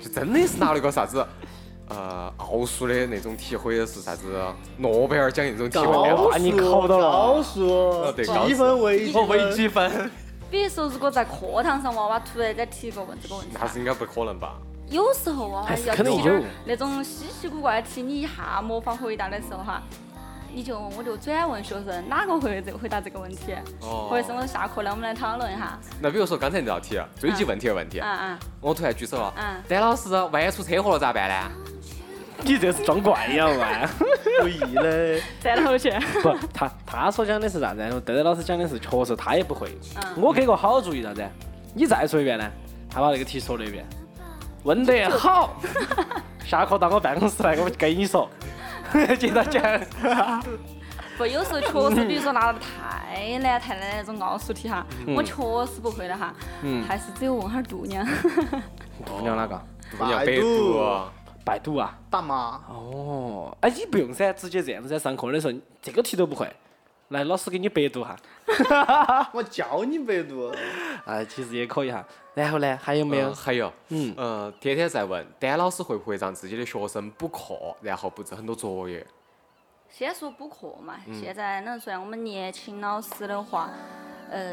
Speaker 5: 就真的是拿了一个啥子， 呃，奥数的那种题，或者是啥子诺贝尔奖那种题问丹老师。
Speaker 4: 高把
Speaker 6: 啊
Speaker 4: 你考到了
Speaker 6: 高数，
Speaker 5: 对高数
Speaker 6: 积分微积
Speaker 5: 我
Speaker 6: 分，
Speaker 4: 哦
Speaker 5: 微积 分，
Speaker 7: 比如说，如果在课堂上娃娃突然间提一个问这个问题，
Speaker 5: 那是应该不可能吧？
Speaker 7: 有时候娃娃
Speaker 4: 还是
Speaker 7: 要
Speaker 4: 哎肯定
Speaker 7: 提点儿
Speaker 4: 有
Speaker 7: 那种稀奇古怪的题，你一下没法回答的时候哈，你就我就转问学生哪个会这回答这个问题，
Speaker 5: 哦
Speaker 7: 或者是我下课了我们来讨论一下。
Speaker 5: 那比如说刚才那道题，追击问题的问题
Speaker 4: 哎
Speaker 7: 啊，啊，
Speaker 5: 我突然举手了
Speaker 7: 嗯，
Speaker 5: 丹老师，万一出车祸了咋办呢？
Speaker 4: 你这是装怪呀嘛？
Speaker 6: 故意的，
Speaker 7: 站 头去。
Speaker 4: 不，他他所讲的是啥子？德德老师讲的是，确实他也不会。
Speaker 7: 嗯
Speaker 4: 我给个好主意，啥子？你再说一遍呢？他把那个题说了一遍，问得好。 下课到我办公室来，我跟你说。接着讲，
Speaker 7: 不，有时候确实，比如说拿到太难太难的那种奥数题哈，
Speaker 4: 嗯
Speaker 7: 我确实不会的哈，还是只有问下儿度 娘。
Speaker 4: 姑娘哪个？
Speaker 5: 姑娘百度，
Speaker 4: 百度啊。
Speaker 6: 大妈，
Speaker 4: 哦，哎，你不用噻，直接这样子噻。上课的时候，你这个题都不会，来，老师给你百度哈。
Speaker 6: 我教你百度，
Speaker 4: 啊，其实也可以哈。然后呢，还有没有
Speaker 5: 嗯？还有，
Speaker 4: 嗯
Speaker 5: 呃，天天在问丹老师会不会让自己的学生补课，然后布置很多作业？
Speaker 7: 先说补课嘛，现在能算我们年轻老师的话，呃，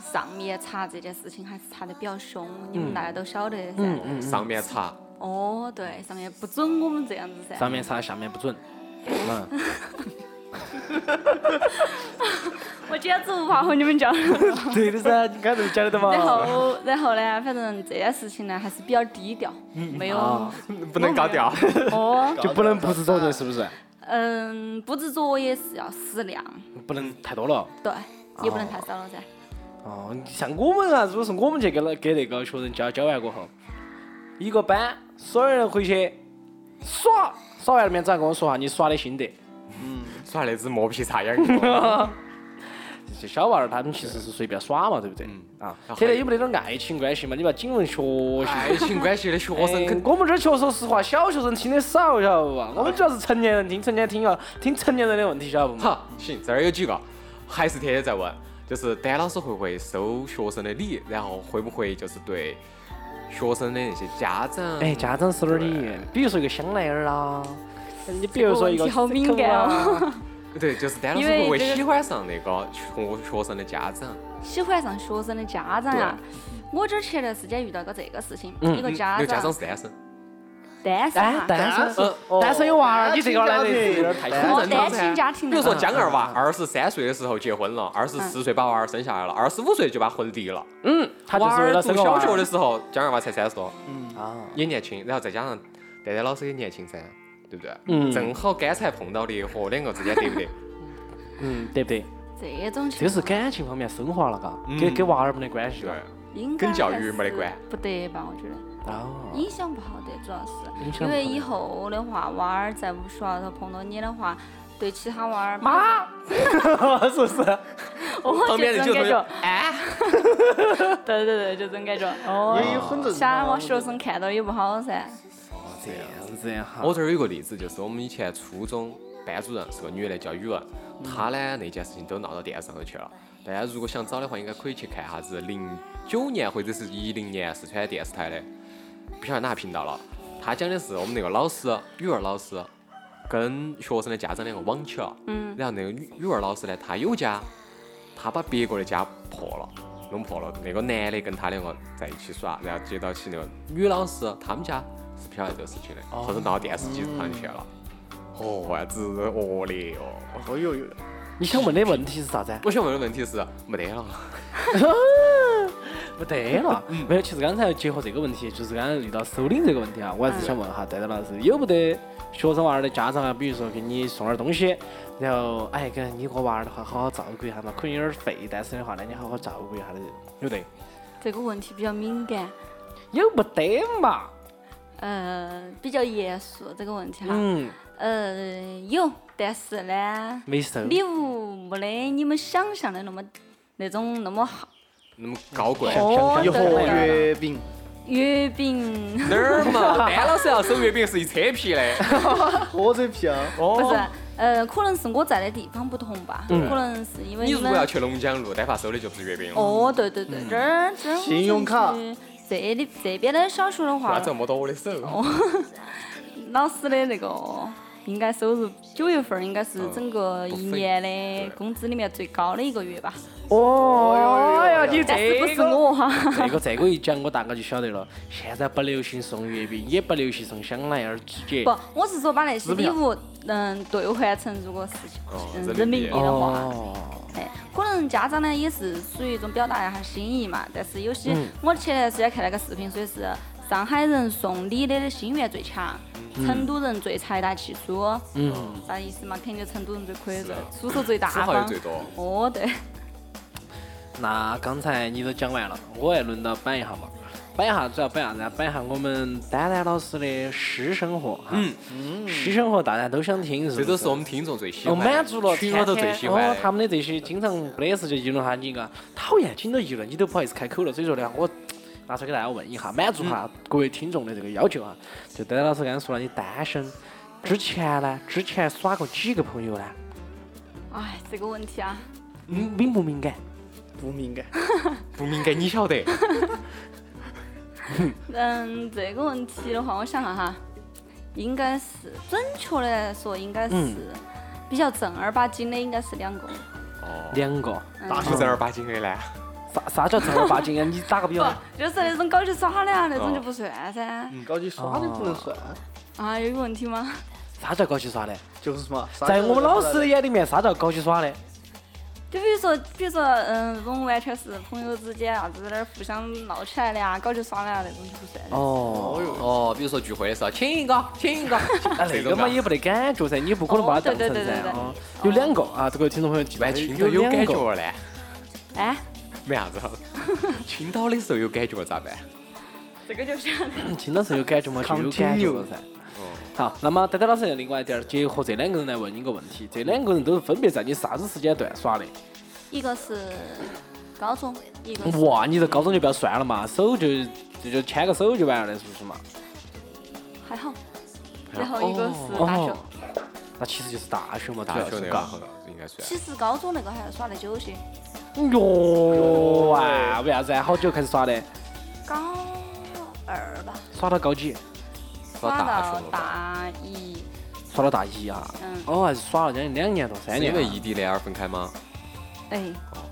Speaker 7: 上面查这件事情还是查得比较凶，你
Speaker 4: 嗯
Speaker 7: 们大家都晓得的噻。
Speaker 5: 上面查，
Speaker 7: 哦，对，上面不准我们这样子噻。
Speaker 4: 上面查，下面不准。嗯，
Speaker 7: 我简直无法和你们交流。
Speaker 4: 对的噻，你刚才讲的嘛。
Speaker 7: 然后，然后呢，反正这件事情呢还是比较低调，没有
Speaker 4: 啊
Speaker 5: 不能高调。
Speaker 7: 哦，
Speaker 4: 就不能布置作业，是不是？
Speaker 7: 嗯，布置作业是要适量，
Speaker 4: 不能太多了。
Speaker 7: 对，也不能太少了噻。
Speaker 4: 哦，像我们啊，如果是我们去给那给那个学生教教完过后，一个班所有人回去耍，耍完了面子还跟我说下你耍的心得。
Speaker 5: 耍那只磨皮擦眼儿，
Speaker 4: 这小娃儿他们其实是随便耍嘛，对不对？啊，
Speaker 5: 然后
Speaker 4: 现
Speaker 5: 还
Speaker 4: 在
Speaker 5: 有
Speaker 4: 有没得点爱情关系嘛？你不要仅问学习。
Speaker 5: 爱情关系的学生
Speaker 4: 哎
Speaker 5: 肯
Speaker 4: 啊我们这儿确实实话，小学生听的少，晓得不嘛？我们主要是成年人听，成年人听要听成年人的问题，晓得不嘛？
Speaker 5: 好，行，这儿有几个，还是天天在问，就是丹老师会不会收学生的礼，然后会不会就是对学生的那些家长，
Speaker 4: 哎，家长收点礼，比如说一个香奈儿啦，你比如说一个
Speaker 7: 哎这个问题好敏感
Speaker 4: 啊，
Speaker 5: 对，就是丹老师
Speaker 7: 因为
Speaker 5: 会不会
Speaker 7: 这个
Speaker 5: 喜欢上那个学学生的家长？
Speaker 7: 喜欢上学生的家长啊，我这儿前段时间遇到个这个事情，一个
Speaker 5: 那
Speaker 7: 家
Speaker 5: 嗯个家长
Speaker 7: 长
Speaker 5: 是单身，
Speaker 7: 单身啊
Speaker 4: 哎单
Speaker 7: 哈，
Speaker 4: 单身
Speaker 5: 呃
Speaker 6: 哦
Speaker 4: 单身有娃儿，你这个来
Speaker 6: 单
Speaker 4: 的
Speaker 6: 亲家庭
Speaker 4: 有点太
Speaker 5: 单
Speaker 4: 小
Speaker 7: 哦
Speaker 5: 身
Speaker 7: 单亲家庭
Speaker 5: 啊比
Speaker 7: 的
Speaker 5: 如说江二
Speaker 4: 嗯
Speaker 5: 娃，二十三岁的时候结婚了，二十四岁把娃儿生下来了，二十五岁就把婚离了。
Speaker 4: 嗯，他就
Speaker 5: 娃
Speaker 4: 是为
Speaker 5: 儿
Speaker 4: 了
Speaker 5: 读
Speaker 4: 生个娃
Speaker 5: 小学
Speaker 4: 儿
Speaker 5: 的时候，江二娃才三十多，
Speaker 4: 啊，
Speaker 5: 也年轻，然后再加上蛋蛋老师也年轻噻，对不对？
Speaker 4: 嗯
Speaker 5: 正好刚才碰到的和两个之间对 不对？
Speaker 4: 嗯，对不对？
Speaker 7: 这种情
Speaker 4: 这个
Speaker 7: 况
Speaker 4: 是感情方面升华了，嘎，
Speaker 5: 嗯
Speaker 4: 跟跟娃儿没得关系
Speaker 5: 对
Speaker 4: 了。。
Speaker 7: 应该
Speaker 5: 跟教
Speaker 7: 还
Speaker 5: 育
Speaker 7: 是
Speaker 5: 没得关
Speaker 7: 不得吧？我觉得
Speaker 4: 哦，
Speaker 7: 影响不好的，主要
Speaker 4: 影响
Speaker 7: 是
Speaker 4: 不
Speaker 7: 因为
Speaker 4: 好的
Speaker 7: 以后的话，娃儿在学校头碰到你的话，对其他娃儿，
Speaker 4: 妈， 是不是？
Speaker 7: 我
Speaker 5: 旁边
Speaker 7: 这
Speaker 5: 的
Speaker 7: 种
Speaker 5: 就
Speaker 7: 感
Speaker 5: 是
Speaker 7: 觉，对对对，就这种感觉。哦，
Speaker 6: 也有很正
Speaker 7: 其他
Speaker 6: 常
Speaker 7: 娃
Speaker 6: 啊。
Speaker 7: 学生看到也不好噻。
Speaker 4: 这样子呀，哈
Speaker 5: 我这儿有一个例子，就是我们以前初中班主任是个女的，叫语文，她呢那件事情都闹到电视上头去了。大家如果想找的话，应该可以去看哈子零九年或者是一零年四川电视台的，不晓得哪个频道了。他讲的是我们那个老师，语文老师跟学生的家长两个网起了。
Speaker 7: 嗯
Speaker 5: 然后那个语语文老师呢，他有家，他把别个的家破了，弄破了。那个男的跟他两个在一起耍，然后接到起那个女老师，他们家是不晓得这个事情的，后头闹电视机上去了。哦，啥子恶劣哦！
Speaker 6: 哦哟哟，
Speaker 4: 你想问的问题是啥子？
Speaker 5: 我想问的问题是没得了，
Speaker 4: 不得了，没有。其实刚才结合这个问题，就是刚才遇到首领这个问题啊，我还是想问哈，戴戴老师有没得学生娃儿的家长啊？比如说给你送点儿东西，然后哎，给你个娃儿的话，好好照顾一下嘛，可能有点儿费，但是的话呢，你好好照顾一下的这种，有得？
Speaker 7: 这个问题比较敏感，
Speaker 4: 有没得嘛？
Speaker 7: 呃，比较严肃这个问题哈。
Speaker 4: 嗯，
Speaker 7: 呃，有，但是呢，
Speaker 4: 没收。
Speaker 7: 礼物没得你们想象的那么那种那么好。
Speaker 5: 那么高贵。
Speaker 7: 哦
Speaker 6: 一盒
Speaker 7: 对的
Speaker 6: 月饼，
Speaker 7: 月饼
Speaker 5: 哪儿嘛？丹老师要收月饼是一车皮 的，
Speaker 6: 火车票，
Speaker 4: 哦
Speaker 7: 不是，呃，可能是我在的地方不同吧，可能是因为
Speaker 5: 你如
Speaker 7: 们
Speaker 5: 果要去龙江路，丹发收的就不是月饼了。
Speaker 7: 哦，对对对，这儿这儿我
Speaker 6: 信用卡
Speaker 7: 们去这里这边的小学的
Speaker 5: 为啥
Speaker 7: 话
Speaker 5: 子，要摸到我的手？
Speaker 4: 哦
Speaker 7: 老师的那个应该收入九月份儿应该是
Speaker 5: 嗯
Speaker 7: 整个
Speaker 5: 不
Speaker 7: 一
Speaker 5: 菲
Speaker 7: 年
Speaker 5: 对
Speaker 7: 的工资里面最高的一个月吧，
Speaker 4: 哦哟，你
Speaker 7: 但是不
Speaker 4: 这
Speaker 7: 是
Speaker 4: 个。
Speaker 7: 我哈，
Speaker 4: 这个这个一讲，我大概就晓得了。现在不流行送月饼，也不流行送香奈儿指甲。
Speaker 7: 不，我是说把那些
Speaker 4: 支
Speaker 7: 礼
Speaker 4: 票
Speaker 7: 物嗯兑换成如果是
Speaker 5: 哦
Speaker 7: 嗯
Speaker 5: 人
Speaker 7: 人
Speaker 5: 民
Speaker 7: 民
Speaker 5: 币
Speaker 7: 币的话，
Speaker 4: 哦，
Speaker 7: 哎，可能家长呢也是属于一种表达一下心意嘛，但是有些
Speaker 5: 嗯
Speaker 7: 我前段时间看了个视频，说是上海人送礼的心愿最强，
Speaker 5: 嗯
Speaker 7: 成都人最财大气粗，嗯，啥意思嘛？肯定就成都人最可以
Speaker 5: 是啊，
Speaker 7: 出手最大
Speaker 5: 吃好又
Speaker 7: 方
Speaker 5: 最。多。
Speaker 7: 哦，对，
Speaker 4: 那刚才你都讲完了，我也轮到摆一下嘛。摆一下主要摆啥子啊？摆一下我们丹丹老师的私生活哈。嗯。私生活大家都想听，是不
Speaker 5: 这
Speaker 4: 是？
Speaker 5: 都是我们听众最喜
Speaker 4: 哦，
Speaker 5: 欢的，
Speaker 4: 满足了
Speaker 5: 群
Speaker 4: 天
Speaker 5: 友
Speaker 4: 天
Speaker 5: 都最喜欢
Speaker 4: 哦
Speaker 5: 的。，
Speaker 4: 他们的这些经常不得事就议论下你个，讨厌，听到议论你都不好意思开口了，所以说呢，我拿出来给大家问一下，满足
Speaker 5: 嗯
Speaker 4: 下各位听众的这个要求啊。就丹丹老师刚才说了，你单身，之前呢，之前耍过几个朋友呢？
Speaker 7: 哎，这个问题啊，
Speaker 4: 敏敏不敏感？
Speaker 6: 不敏感，
Speaker 5: 不敏感，你晓得？
Speaker 7: 嗯，这个问题的话，我想下哈，应该是准确的来说，应该是、
Speaker 5: 嗯
Speaker 7: 比较正儿八经的，应该是两个。
Speaker 5: 哦，
Speaker 4: 两个。
Speaker 5: 大学正儿八经的呢？
Speaker 4: 啥啥叫正儿八经啊？你打个比
Speaker 7: 不
Speaker 4: 方，
Speaker 7: 就是那种搞起耍的啊，那
Speaker 5: 哦嗯
Speaker 7: 种就不算噻。
Speaker 4: 嗯
Speaker 6: 高级耍的不能算，
Speaker 4: 哦
Speaker 7: 啊，有个问题吗？
Speaker 4: 啥叫搞起耍的？
Speaker 6: 就是嘛。啥
Speaker 4: 在
Speaker 6: 都
Speaker 4: 我们
Speaker 6: 能
Speaker 4: 老
Speaker 6: 耍
Speaker 4: 师的
Speaker 6: 的
Speaker 4: 眼里面，啥叫搞起耍的？
Speaker 7: 就比如说，比如说，嗯，那种完全是朋友之间啥子在那儿互相闹起来的啊，搞起耍的啊，那种就不算。
Speaker 4: 哦，
Speaker 5: 哦，比如说聚会的时候，请一个，请一 个，
Speaker 4: 那那
Speaker 5: 这
Speaker 4: 个
Speaker 5: 种啊嘛
Speaker 4: 嘛也不得感觉噻，你也不可能把它当
Speaker 7: 哦对
Speaker 4: 成
Speaker 7: 对对
Speaker 4: 噻。
Speaker 7: 对对
Speaker 4: 哦，有两个啊，这个听众朋友记得
Speaker 5: 完青哎岛有
Speaker 4: 两
Speaker 5: 感
Speaker 4: 个
Speaker 5: 觉了呢？
Speaker 7: 哎，
Speaker 5: 没 啥子，青岛的时候有感觉了咋办？
Speaker 7: 这个就不晓得。
Speaker 4: 听到是有感觉嘛，就有感觉了噻。
Speaker 5: 哦
Speaker 4: 好，那么丹丹老师另外一点儿，结合这两个人来问你个问题，这两个人都是分别在你啥子时间段耍的？
Speaker 7: 一个是高中，一个是
Speaker 4: 哇，你这高中就不要算了嘛，手就就就牵个手就完了的，是不是嘛？
Speaker 7: 还好，然后一个是大学
Speaker 4: 哦。，那其实就是大学嘛，主
Speaker 5: 大
Speaker 4: 要
Speaker 5: 学
Speaker 4: 是
Speaker 5: 那
Speaker 4: 嘎。
Speaker 5: 个应该算。
Speaker 7: 其实高中那个还要耍得久些。
Speaker 4: 哟哇，为啥子啊？好久开始耍的？
Speaker 7: 高二吧，
Speaker 4: 耍到高几？
Speaker 5: 耍
Speaker 7: 耍
Speaker 5: 大学
Speaker 7: 到
Speaker 5: 了吧？
Speaker 7: 大一，
Speaker 4: 耍到大一啊？
Speaker 7: 嗯
Speaker 4: 哦，还是耍了将近两年多，三
Speaker 5: 是因
Speaker 4: 年啊。
Speaker 5: 为异地恋而分开吗？
Speaker 7: 哎，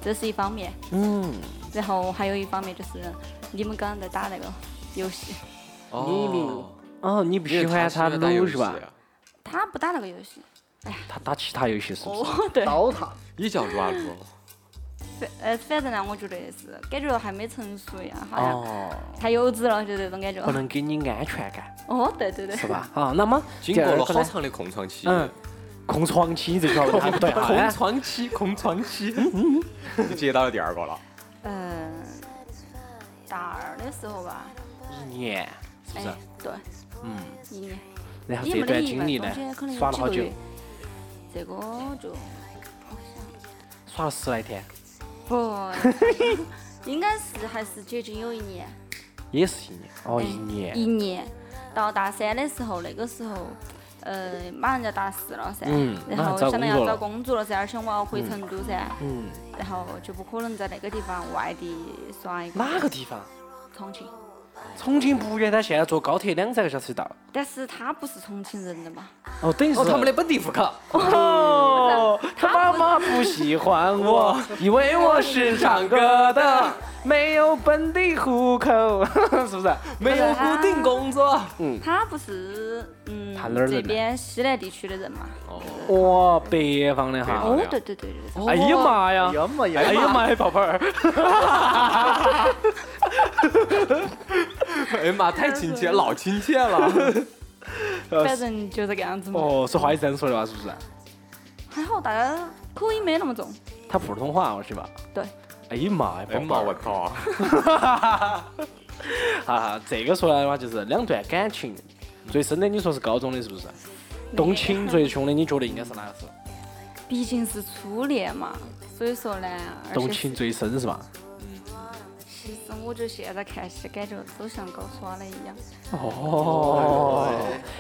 Speaker 7: 这是一方面。
Speaker 4: 嗯，
Speaker 7: 然后还有一方面就是你们刚刚在打那个游戏，
Speaker 5: 露
Speaker 4: 露，哦，你不
Speaker 5: 因为
Speaker 4: 喜欢他
Speaker 5: 喜欢打游
Speaker 4: 撸
Speaker 5: 戏啊
Speaker 4: 是吧？
Speaker 7: 他不打那个游戏。
Speaker 4: 他打其他游戏是不是？
Speaker 7: 哦，对，
Speaker 6: 刀塔，
Speaker 5: 也叫撸啊 撸。
Speaker 7: 反呃，反正呢，我觉得是感觉还没成熟一样，好像
Speaker 4: 哦，
Speaker 7: 太幼稚了，就这种感觉
Speaker 4: 不。能给你安全感，
Speaker 7: 哦，对对对，
Speaker 4: 是吧？好，那么
Speaker 5: 经过了
Speaker 4: 第二个
Speaker 5: 好
Speaker 4: 呢
Speaker 5: 长的空窗期，
Speaker 4: 嗯，空窗期这句话问
Speaker 5: 啊
Speaker 4: 他不对哈。
Speaker 5: 空
Speaker 4: 哎
Speaker 5: 窗期， 空窗期，你接到了第二个了，
Speaker 7: 嗯，大二的时候吧，
Speaker 4: 一年是不啊
Speaker 7: 哎
Speaker 4: 是？，
Speaker 7: 对，嗯，一年，
Speaker 4: 然后
Speaker 7: 也
Speaker 4: 这
Speaker 7: 没得
Speaker 4: 段
Speaker 7: 一
Speaker 4: 经
Speaker 7: 年
Speaker 4: 历
Speaker 7: 吧
Speaker 4: 呢
Speaker 7: 中间可能，有
Speaker 4: 耍了
Speaker 7: 几
Speaker 4: 好
Speaker 7: 个
Speaker 4: 久
Speaker 7: 月？这个 就
Speaker 4: 耍了十来天，
Speaker 7: 不，哦应该是还是接近有一年。
Speaker 4: 也是一年。哦，
Speaker 7: 哎
Speaker 4: 一年。
Speaker 7: 一年到大三的时候，那个时候，呃，马上就要大四了噻，
Speaker 4: 嗯
Speaker 7: 然
Speaker 4: 马
Speaker 7: 后
Speaker 4: 上找
Speaker 7: 相当于
Speaker 4: 工作
Speaker 7: 要找
Speaker 4: 了
Speaker 7: 工作了噻，而且我要回成都噻，
Speaker 4: 嗯，
Speaker 7: 然后就不可能在那个地方外地耍一个
Speaker 4: 哪个地方？
Speaker 7: 重庆，
Speaker 4: 重庆不远，他现在坐高铁两三个小时就到了。
Speaker 7: 但是他不是重庆人的嘛，
Speaker 4: 哦，等于是
Speaker 5: 哦，他们的本地户口，
Speaker 4: 哦，他妈妈不喜欢我，以为我是唱歌 的，没有本地户口， 是不是？
Speaker 5: 没有固定工作，
Speaker 7: 他不是嗯
Speaker 4: 嗯他哪儿人啊
Speaker 7: 这
Speaker 4: 呢
Speaker 7: 边西南地区的人嘛。
Speaker 4: 哇，北方的哈。
Speaker 7: 哦，对对对对对，
Speaker 4: 哎呀妈呀
Speaker 6: 哎！呀妈
Speaker 4: 哎
Speaker 6: 呀，
Speaker 4: 呀妈呀，宝贝儿！
Speaker 5: 哎呀妈，太亲切，老亲切了。
Speaker 7: 反正就这个样子嘛。
Speaker 4: 哦，说话也这样说的吧，是不是？
Speaker 7: 还好大家口音没那么重，
Speaker 4: 他普通话是吧？
Speaker 7: 对，
Speaker 4: 哎呀妈呀，
Speaker 5: 哎呀
Speaker 4: 宝贝
Speaker 5: 妈，
Speaker 4: 儿
Speaker 5: 我靠！
Speaker 4: 啊，这个说来的话就是两段感情，最深的你说是高中的，是不是？动情最凶的，你觉得应该是哪个时候？
Speaker 7: 毕竟是初恋嘛，所以说呢，而且
Speaker 4: 动情最深是吧？
Speaker 7: 其实我觉得现在看起感觉都像高耍了一样。
Speaker 4: 哦，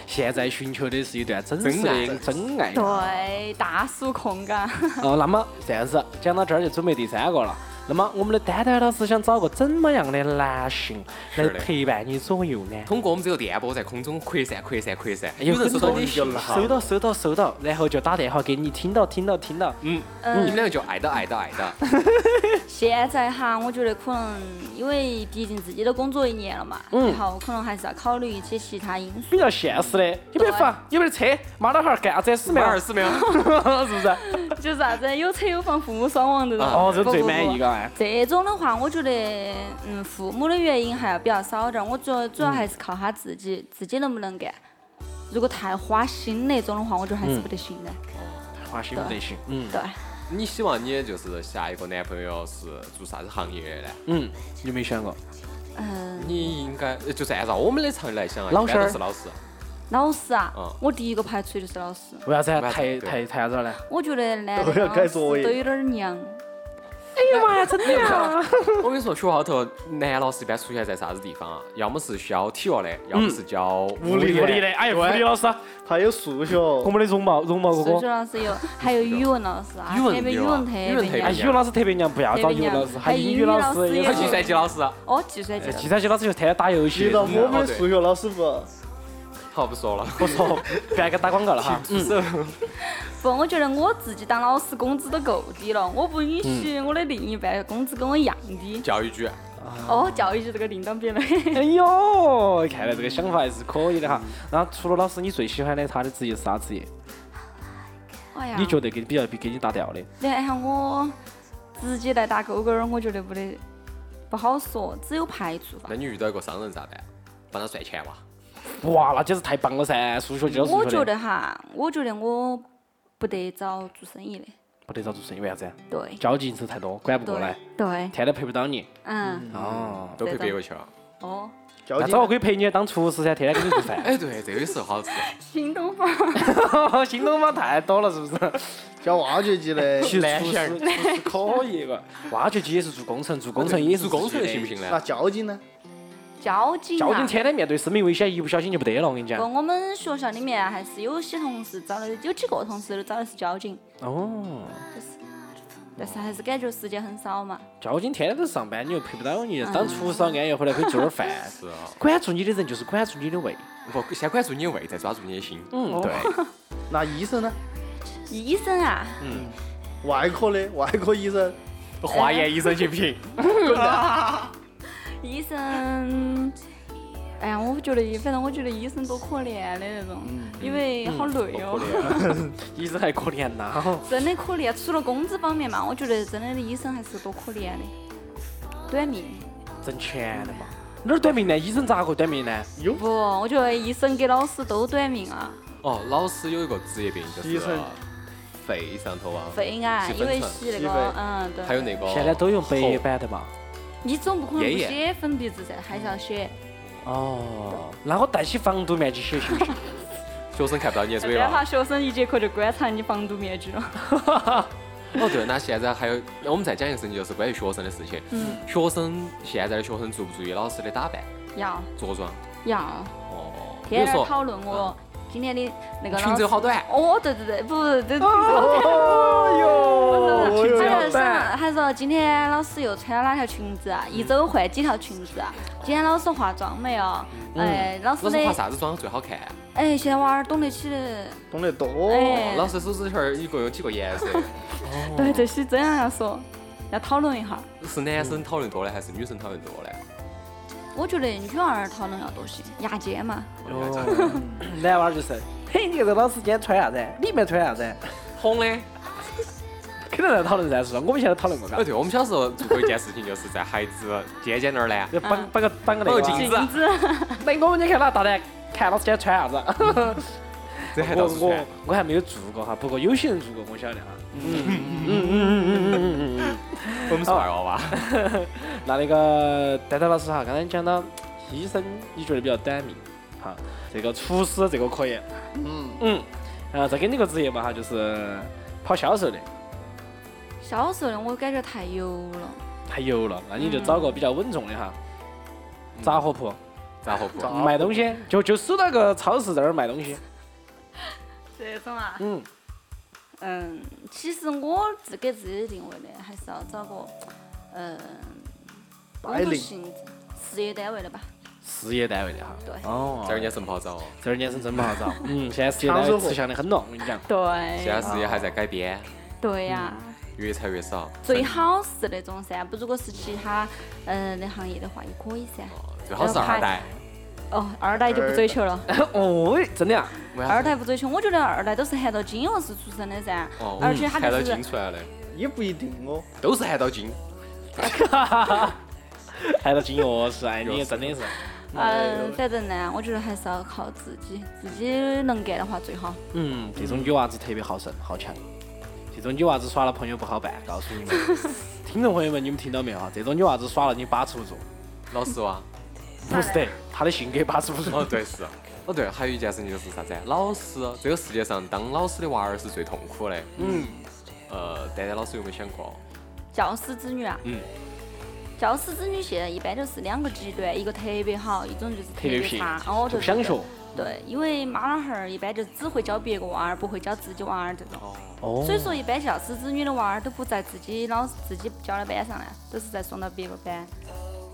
Speaker 4: 现在寻求的是一段真实的真爱。
Speaker 7: 对，大叔控嘎，
Speaker 4: 哦，那么这样子讲到这儿就准备第三个了。那么我们的丹丹老师想找个怎么样的男性来
Speaker 5: 是的
Speaker 4: 陪伴你左右呢？
Speaker 5: 通过我们这个电波在空中扩散、扩散、扩散，
Speaker 4: 有
Speaker 5: 有人
Speaker 4: 哎很
Speaker 5: 收
Speaker 4: 多
Speaker 5: 到你信号，
Speaker 4: 收到收到收到，然后就打电话给你，听到听到听到，嗯
Speaker 5: 你们两个就爱的爱的爱的。
Speaker 7: 现在哈，我觉得可能因为毕竟自己都工作一年了嘛，
Speaker 4: 嗯
Speaker 7: 然后可能还是要考虑一些其他因素。
Speaker 4: 比较现实的，有没有房，有没有车，妈老汉儿干啥子死没
Speaker 5: 马
Speaker 4: 有
Speaker 5: 二，十秒，
Speaker 4: 是不是？
Speaker 7: 就是啥子有车有房，父母双亡这种。
Speaker 4: 哦，这
Speaker 7: 不
Speaker 4: 最
Speaker 7: 不
Speaker 4: 满
Speaker 7: 不
Speaker 4: 意个哎。
Speaker 7: 这种的话，我觉得，嗯，父母的原因还要比较少点儿。我主要主要还是靠他自
Speaker 4: 嗯
Speaker 7: 己，自己能不能干。如果太花心那种的话，我觉得还是不得行的。
Speaker 4: 花心不得行，嗯
Speaker 7: 对，
Speaker 5: 你希望你就是下一个男朋友是做啥子行业的呢？
Speaker 4: 嗯，有没有想过？
Speaker 7: 嗯，
Speaker 5: 你应该呃就是按照我们的常理来想啊，
Speaker 4: 老
Speaker 5: 应
Speaker 4: 师
Speaker 5: 该
Speaker 4: 儿
Speaker 5: 都是老师。
Speaker 7: 老师啊
Speaker 5: 嗯，
Speaker 7: 我第一个排除就是老师。
Speaker 4: 为啥子要啊
Speaker 5: 为啥子
Speaker 4: 抬
Speaker 5: 对
Speaker 4: 抬抬啥子了呢？
Speaker 7: 我觉得男
Speaker 6: 都
Speaker 7: 的
Speaker 6: 要
Speaker 7: 老
Speaker 6: 改
Speaker 7: 师
Speaker 6: 作业
Speaker 7: 都有点儿娘，
Speaker 4: 哎啊
Speaker 5: 我跟你说，学校头男老师一般出现在啥子地方啊？要么是教体育的，要么是教
Speaker 4: 物
Speaker 5: 物
Speaker 4: 理
Speaker 6: 理
Speaker 4: 物
Speaker 6: 的
Speaker 4: 理的，哎呀，物理老师，
Speaker 6: 还有数学，
Speaker 4: 我们的容貌容貌哥
Speaker 7: 数
Speaker 4: 哥
Speaker 7: 学，老师有，还有语文老师啊，
Speaker 5: 语文
Speaker 7: 特别
Speaker 5: 有
Speaker 7: 语
Speaker 5: 啊
Speaker 7: 文特
Speaker 5: 语文特
Speaker 7: 别
Speaker 5: 别
Speaker 4: 哎，
Speaker 7: 娘。
Speaker 4: 语文老师特别娘，不要找
Speaker 7: 特别
Speaker 4: 语文
Speaker 7: 娘
Speaker 4: 老师，还
Speaker 7: 哎
Speaker 4: 英
Speaker 7: 英
Speaker 4: 语
Speaker 7: 语
Speaker 4: 老
Speaker 7: 老
Speaker 4: 师
Speaker 7: 师
Speaker 4: 也
Speaker 7: 也
Speaker 5: 和
Speaker 4: 是
Speaker 7: 是。
Speaker 5: 计算机老师。啊
Speaker 7: 哦，计算机
Speaker 4: 计算机老师就天天打游戏
Speaker 6: 遇，到我
Speaker 5: 嗯
Speaker 6: 们
Speaker 5: 哦对
Speaker 6: 数学老师不？
Speaker 5: 好，不说了。
Speaker 4: 不说，不要给打广告 了哈。嗯
Speaker 7: 不，我觉得我自己当老师工资都够低了，我不允许我的另一半工资跟我一样低。
Speaker 5: 教育局，
Speaker 7: 哦，教育局这个另当别论。
Speaker 4: 哎呦，看来这个想法还是可以的哈。然后除了老师，你最喜欢的他的职业是啥职业？
Speaker 7: 哎呀，
Speaker 4: 你觉得给比较比给你搭调的？
Speaker 7: 你看下我直接来打勾勾儿，我觉得不得不好说，只有排除吧
Speaker 5: 那。你遇到一个商人咋办？帮他赚钱哇？
Speaker 4: 哇，那简直太棒了噻！数学就要
Speaker 7: 我
Speaker 4: 数
Speaker 7: 觉
Speaker 4: 学的，
Speaker 7: 得哈，我觉得我不得找做生意的，
Speaker 4: 不得找做生意，为啥子？
Speaker 7: 对
Speaker 4: 交际应酬太多，管不过来
Speaker 7: 对，对，
Speaker 4: 天天陪不到你。
Speaker 7: 嗯，
Speaker 4: 哦，
Speaker 5: 都可以别过去了。
Speaker 7: 哦，
Speaker 6: 交
Speaker 4: 那
Speaker 6: 警
Speaker 4: 找个可以陪你当厨师噻，天天给你做 饭。哦
Speaker 5: 哎，对，这个是好吃。
Speaker 7: 新东方，
Speaker 4: 新东方太多了，是不是？
Speaker 6: 教挖掘机的，
Speaker 4: 其实厨师厨师可以个，挖掘机也是做工程，做工 程也是
Speaker 5: 做工程
Speaker 4: 自
Speaker 5: 的
Speaker 4: 己
Speaker 5: 行不？行
Speaker 6: 那
Speaker 5: 呢？
Speaker 6: 交警呢？
Speaker 7: 交警
Speaker 4: 交警
Speaker 7: 啊。
Speaker 4: 天天面对生命危险，一不小心就不得了，我跟你
Speaker 7: 不，
Speaker 4: 讲。
Speaker 7: 我们学校里面还是有些同事找的，有几个同事都找的是交警，
Speaker 4: 哦，
Speaker 7: 但是还是感觉时间很少嘛。
Speaker 4: 交警天天都上班，你又陪不到
Speaker 7: 嗯
Speaker 4: 你，当厨师安逸，回来可以做点饭。
Speaker 5: 是啊，
Speaker 4: 管住你的人就是管住你的胃。
Speaker 5: 不，先管住你的胃，再抓住你的心。
Speaker 4: 嗯， 对。
Speaker 6: 那医生呢？
Speaker 7: 医生啊，
Speaker 5: 嗯
Speaker 6: 外科的 外科医生，
Speaker 5: 化验医生行不行？
Speaker 7: 医生，哎呀，我觉得，反正我觉得医生多可怜的那种，
Speaker 5: 嗯
Speaker 7: 因为好累哦，
Speaker 4: 医生还可怜呐。
Speaker 7: 真的可怜。除了工资方面嘛，我觉得真的医生还是多可怜的，短命。
Speaker 4: 挣钱的嘛。哎哪儿短命呢？医生咋个短命呢？
Speaker 7: 不，我觉得医生给老师都短命啊，
Speaker 5: 哦，老师有一个职业病就是
Speaker 6: 医生
Speaker 5: 肺上头啊，
Speaker 7: 肺癌，
Speaker 5: 是
Speaker 7: 因
Speaker 5: 分
Speaker 7: 为
Speaker 5: 层
Speaker 7: 吸那
Speaker 6: 吸
Speaker 7: 个
Speaker 6: 肺，
Speaker 7: 嗯，对。
Speaker 5: 还有那个
Speaker 4: 现在都用白板的嘛。
Speaker 7: 你总不可能
Speaker 5: 爷
Speaker 7: 不
Speaker 5: 爷
Speaker 7: 写粉笔字噻，还是要写。
Speaker 4: 哦，那我戴起防毒面具写 行不行？
Speaker 5: 学生看不到你的嘴
Speaker 7: 然后
Speaker 5: 了。
Speaker 7: 学生一节课就观察你防毒面具了。
Speaker 5: 哦，对，那现在还有，那我们再讲一个事情，就是关于学生的事情。学生现在的学生注不注意老师的打扮、
Speaker 7: 要
Speaker 5: 着装？
Speaker 7: 要，
Speaker 5: 哦，比
Speaker 7: 天
Speaker 5: 如
Speaker 7: 天
Speaker 5: 说
Speaker 7: 讨论我今天的那个
Speaker 5: 裙
Speaker 7: 老
Speaker 5: 子
Speaker 7: 师
Speaker 5: 有。好短，
Speaker 7: 哦，对对对，不，对对对。
Speaker 4: 哎
Speaker 6: 哎
Speaker 4: 哦
Speaker 7: 他
Speaker 4: 哟，
Speaker 7: 就说，他说今天老师又穿了哪条裙子
Speaker 5: 嗯
Speaker 7: 啊？一周换几条裙子啊？今天老师化妆没有？哎，老师
Speaker 5: 嗯老
Speaker 7: 的
Speaker 5: 师化啥子妆最好看？
Speaker 7: 哎，现在娃儿懂得起的，
Speaker 6: 懂得多。
Speaker 5: 哦
Speaker 7: 哎，
Speaker 5: 老师手指头儿一共有几个颜色？
Speaker 7: 对，这些真要说，要讨论一下。
Speaker 5: 是男生讨论多呢，还是女生讨论多呢？
Speaker 7: 我觉得女娃儿讨论要多些，牙尖嘛。
Speaker 4: 哦男嗯娃儿就是，嘿，你这个老师今天穿啥子？里面穿啥子？
Speaker 5: 红的。
Speaker 4: 肯定在讨论噻，是吧？我们现在讨论过，嘎
Speaker 5: 哦，，对，我们小时候做过一件事情，就是在孩子尖尖那儿呢，
Speaker 4: 就绑绑个绑个那
Speaker 5: 哦
Speaker 4: 个
Speaker 5: 镜
Speaker 4: 啊。
Speaker 5: 子
Speaker 7: 镜子，
Speaker 4: 那我们你看那大胆，看老师今天穿啥子？
Speaker 5: 这还
Speaker 4: 我
Speaker 5: 到处
Speaker 4: 我
Speaker 5: 穿。
Speaker 4: 我还没有做过哈，不过有些人做过，我晓得哈。嗯
Speaker 5: 我们是哦娃娃娃，
Speaker 7: 哦
Speaker 4: 那那个丹丹老师哈，刚才讲到医生，你觉得比较短命哈，这个厨师这个可以，嗯嗯，然后再给你个职业嘛哈，就是跑销售的，
Speaker 7: 小时候的我感觉太油了，
Speaker 4: 太油了，那你就找个比较稳重的哈，杂货铺
Speaker 5: 咋活
Speaker 7: 哦
Speaker 5: 不？
Speaker 4: 卖东西，就就守到个超市在那儿卖东西，
Speaker 7: 这种啊。
Speaker 4: 嗯，
Speaker 7: 嗯，其实我自给自己的定位呢，还是要找个嗯
Speaker 6: 白
Speaker 7: 工作
Speaker 6: 领
Speaker 7: 性质、事业单位的吧。
Speaker 4: 事业单位的哈，
Speaker 7: 对
Speaker 4: 哦
Speaker 5: 这，儿年生不好找哦，
Speaker 4: 这儿年生真不好找，嗯，现在事业单位吃香的很哦了，我跟你讲，
Speaker 5: 现在
Speaker 7: 对，
Speaker 5: 事业还在改编，
Speaker 7: 对呀、
Speaker 5: 越裁越少。
Speaker 7: 最好是那种噻。不，如果是其他嗯的行业的话，也可以噻。
Speaker 5: 最好是二代，
Speaker 7: 哦，二代就不追求了，
Speaker 4: 哦， 真的啊，
Speaker 7: 二代不追求，我觉得二代都是含到金钥匙出生的噻，
Speaker 5: 哦，
Speaker 7: 而且他
Speaker 5: 含到
Speaker 7: 就
Speaker 5: 金
Speaker 7: 是
Speaker 5: 出来的，
Speaker 6: 也不一定 哦。
Speaker 5: 都是含到金。
Speaker 4: 还到金钥匙，哎，你也真的是。
Speaker 7: 嗯，反正呢，我觉得还是要靠自己，自己能干的话最好。
Speaker 4: 嗯，这种女娃子特别好胜好强，这种女娃子耍了朋友不好办，告诉你们， 听众朋友们，你们听到没有啊？这种女娃子耍了你把持不住，
Speaker 5: 老实 哇，
Speaker 4: 不是的，她的性格把持不住
Speaker 5: 哦，。对是，哦对，还有一件事情就是啥子？老师，这个世界上当老师的娃儿是最痛苦的。嗯。呃，丹丹老师有没有想过？
Speaker 7: 教师子女啊，
Speaker 5: 嗯，
Speaker 7: 教师子女现在一般都是两个极端，一个特别好，一种就是特
Speaker 4: 特别皮
Speaker 7: 差。哦，
Speaker 4: 就
Speaker 7: 对，
Speaker 4: 不想
Speaker 7: 对
Speaker 4: 学。
Speaker 7: 对，因为妈老汉儿一般就只会教别个娃儿，不会教自己娃儿这种。
Speaker 4: 哦
Speaker 7: 所以说，一般教师子女的娃儿都不在自己老师自己教的班上呢，都是在送到别个班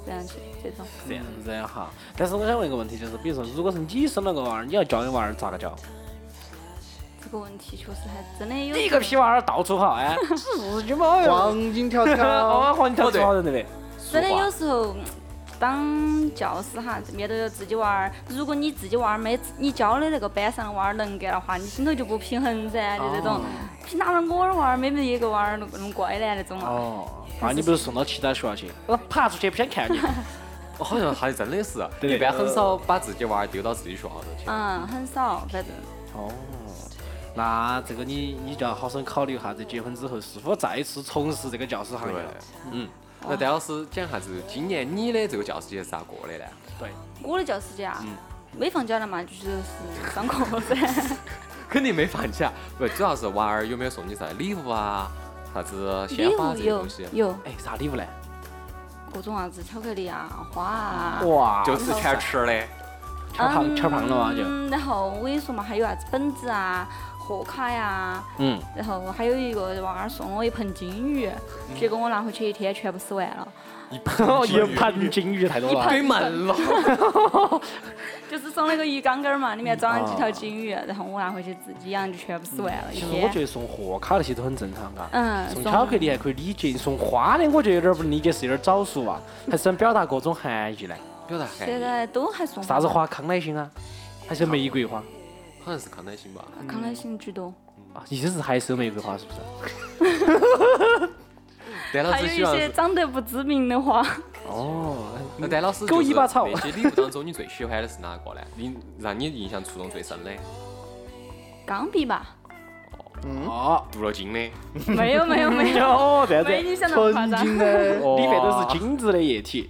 Speaker 7: 这样去这种。
Speaker 4: 这样子的哈。但是我想问一个问题，就是比如说，如果是你生了个娃儿，你要教你娃儿咋个教？
Speaker 7: 这个问题确实还真的有。
Speaker 4: 你个屁娃儿到处跑，哎，是你妈
Speaker 6: 黄
Speaker 4: 哟！
Speaker 6: 金条
Speaker 4: 哎 哦，
Speaker 6: 条，
Speaker 4: 黄你跳出好人的呗。
Speaker 7: 真的
Speaker 5: 说话
Speaker 7: 有时候，嗯当教师哈，面对着自己娃儿，如果你自己娃儿没你教的那个班上的娃儿能干的话，你心头就不平衡噻，就这种。凭啥子我的娃儿没得一个娃儿那么那么乖呢？那种嘛。
Speaker 4: 哦，啊，你不是送到其他学校去？我爬出去不想看你。
Speaker 5: 哦好像还真的是，啊
Speaker 4: 对
Speaker 5: 一般很
Speaker 7: 呃
Speaker 5: 少把自己娃儿丢到自己学校头去。
Speaker 7: 嗯，很少，反正。
Speaker 4: 哦，那这个你你就要好生考虑一下，在结婚之后是否再次从事这个教师行
Speaker 5: 对
Speaker 4: 业了。，
Speaker 5: 嗯。那丹老师讲下子今年你的这个教师节是咋过的呢？
Speaker 7: 我的教师节啊，没放假了嘛，就是是上课 噻。
Speaker 5: 肯定没放假，不，主要是娃儿有没有送你啥礼物啊，啥子鲜
Speaker 7: 礼
Speaker 5: 花
Speaker 7: 物
Speaker 5: 这些
Speaker 7: 有
Speaker 5: 东西？
Speaker 7: 有
Speaker 4: 哎，啥礼物呢？
Speaker 7: 各种啥子巧克力啊、花
Speaker 5: 嗯
Speaker 7: 啊，
Speaker 4: 哇
Speaker 5: 就是全吃的。
Speaker 4: 吃胖吃胖了嘛 就。
Speaker 7: 嗯。然后我跟你说嘛，还有啥子本子啊、贺卡呀，
Speaker 4: 嗯，
Speaker 7: 然后还有一个娃儿送我一盆金鱼，
Speaker 4: 嗯
Speaker 7: 结果我拿回去一天全部使完了，
Speaker 4: 一盘金鱼太多了。
Speaker 5: 没门了，
Speaker 7: 就是送了个鱼缸缸嘛，里面装
Speaker 4: 啊
Speaker 7: 了几条金鱼，然后我拿回去自己养就全部使完了，一
Speaker 4: 其实我觉
Speaker 7: 天。
Speaker 4: 得送贺卡那些都很正常，嘎。
Speaker 7: 嗯，
Speaker 4: 送
Speaker 7: 送
Speaker 4: 巧克力还可以理解，送花的我觉得有点不理解，是有点早熟啊，还是想表达各种含义呢？
Speaker 5: 表达
Speaker 7: 现
Speaker 5: 含义，
Speaker 7: 在都还送
Speaker 4: 啥子花？康乃馨啊，还是玫瑰花
Speaker 5: 好像是康乃馨吧？
Speaker 7: 康乃馨居多。
Speaker 4: 啊？意思是还是有玫瑰花是不是？
Speaker 5: 丹老
Speaker 7: 还有
Speaker 5: 师
Speaker 7: 一
Speaker 5: 希望
Speaker 7: 些
Speaker 5: 是，
Speaker 7: 长得不知名的 花，
Speaker 4: 哦，
Speaker 5: 那丹老师
Speaker 4: 狗
Speaker 5: 就是
Speaker 4: 尾巴草
Speaker 5: 那些礼物当中你最喜欢的是哪个呢？你让你印象触动最深的，
Speaker 7: 钢笔吧？
Speaker 4: 哦，
Speaker 5: 镀了金的，
Speaker 7: 没有没有没有，
Speaker 4: 哦，这样哦子
Speaker 7: 没。你想那么夸
Speaker 6: 纯
Speaker 7: 张。
Speaker 6: 金的，
Speaker 4: 里面都是精致的液体。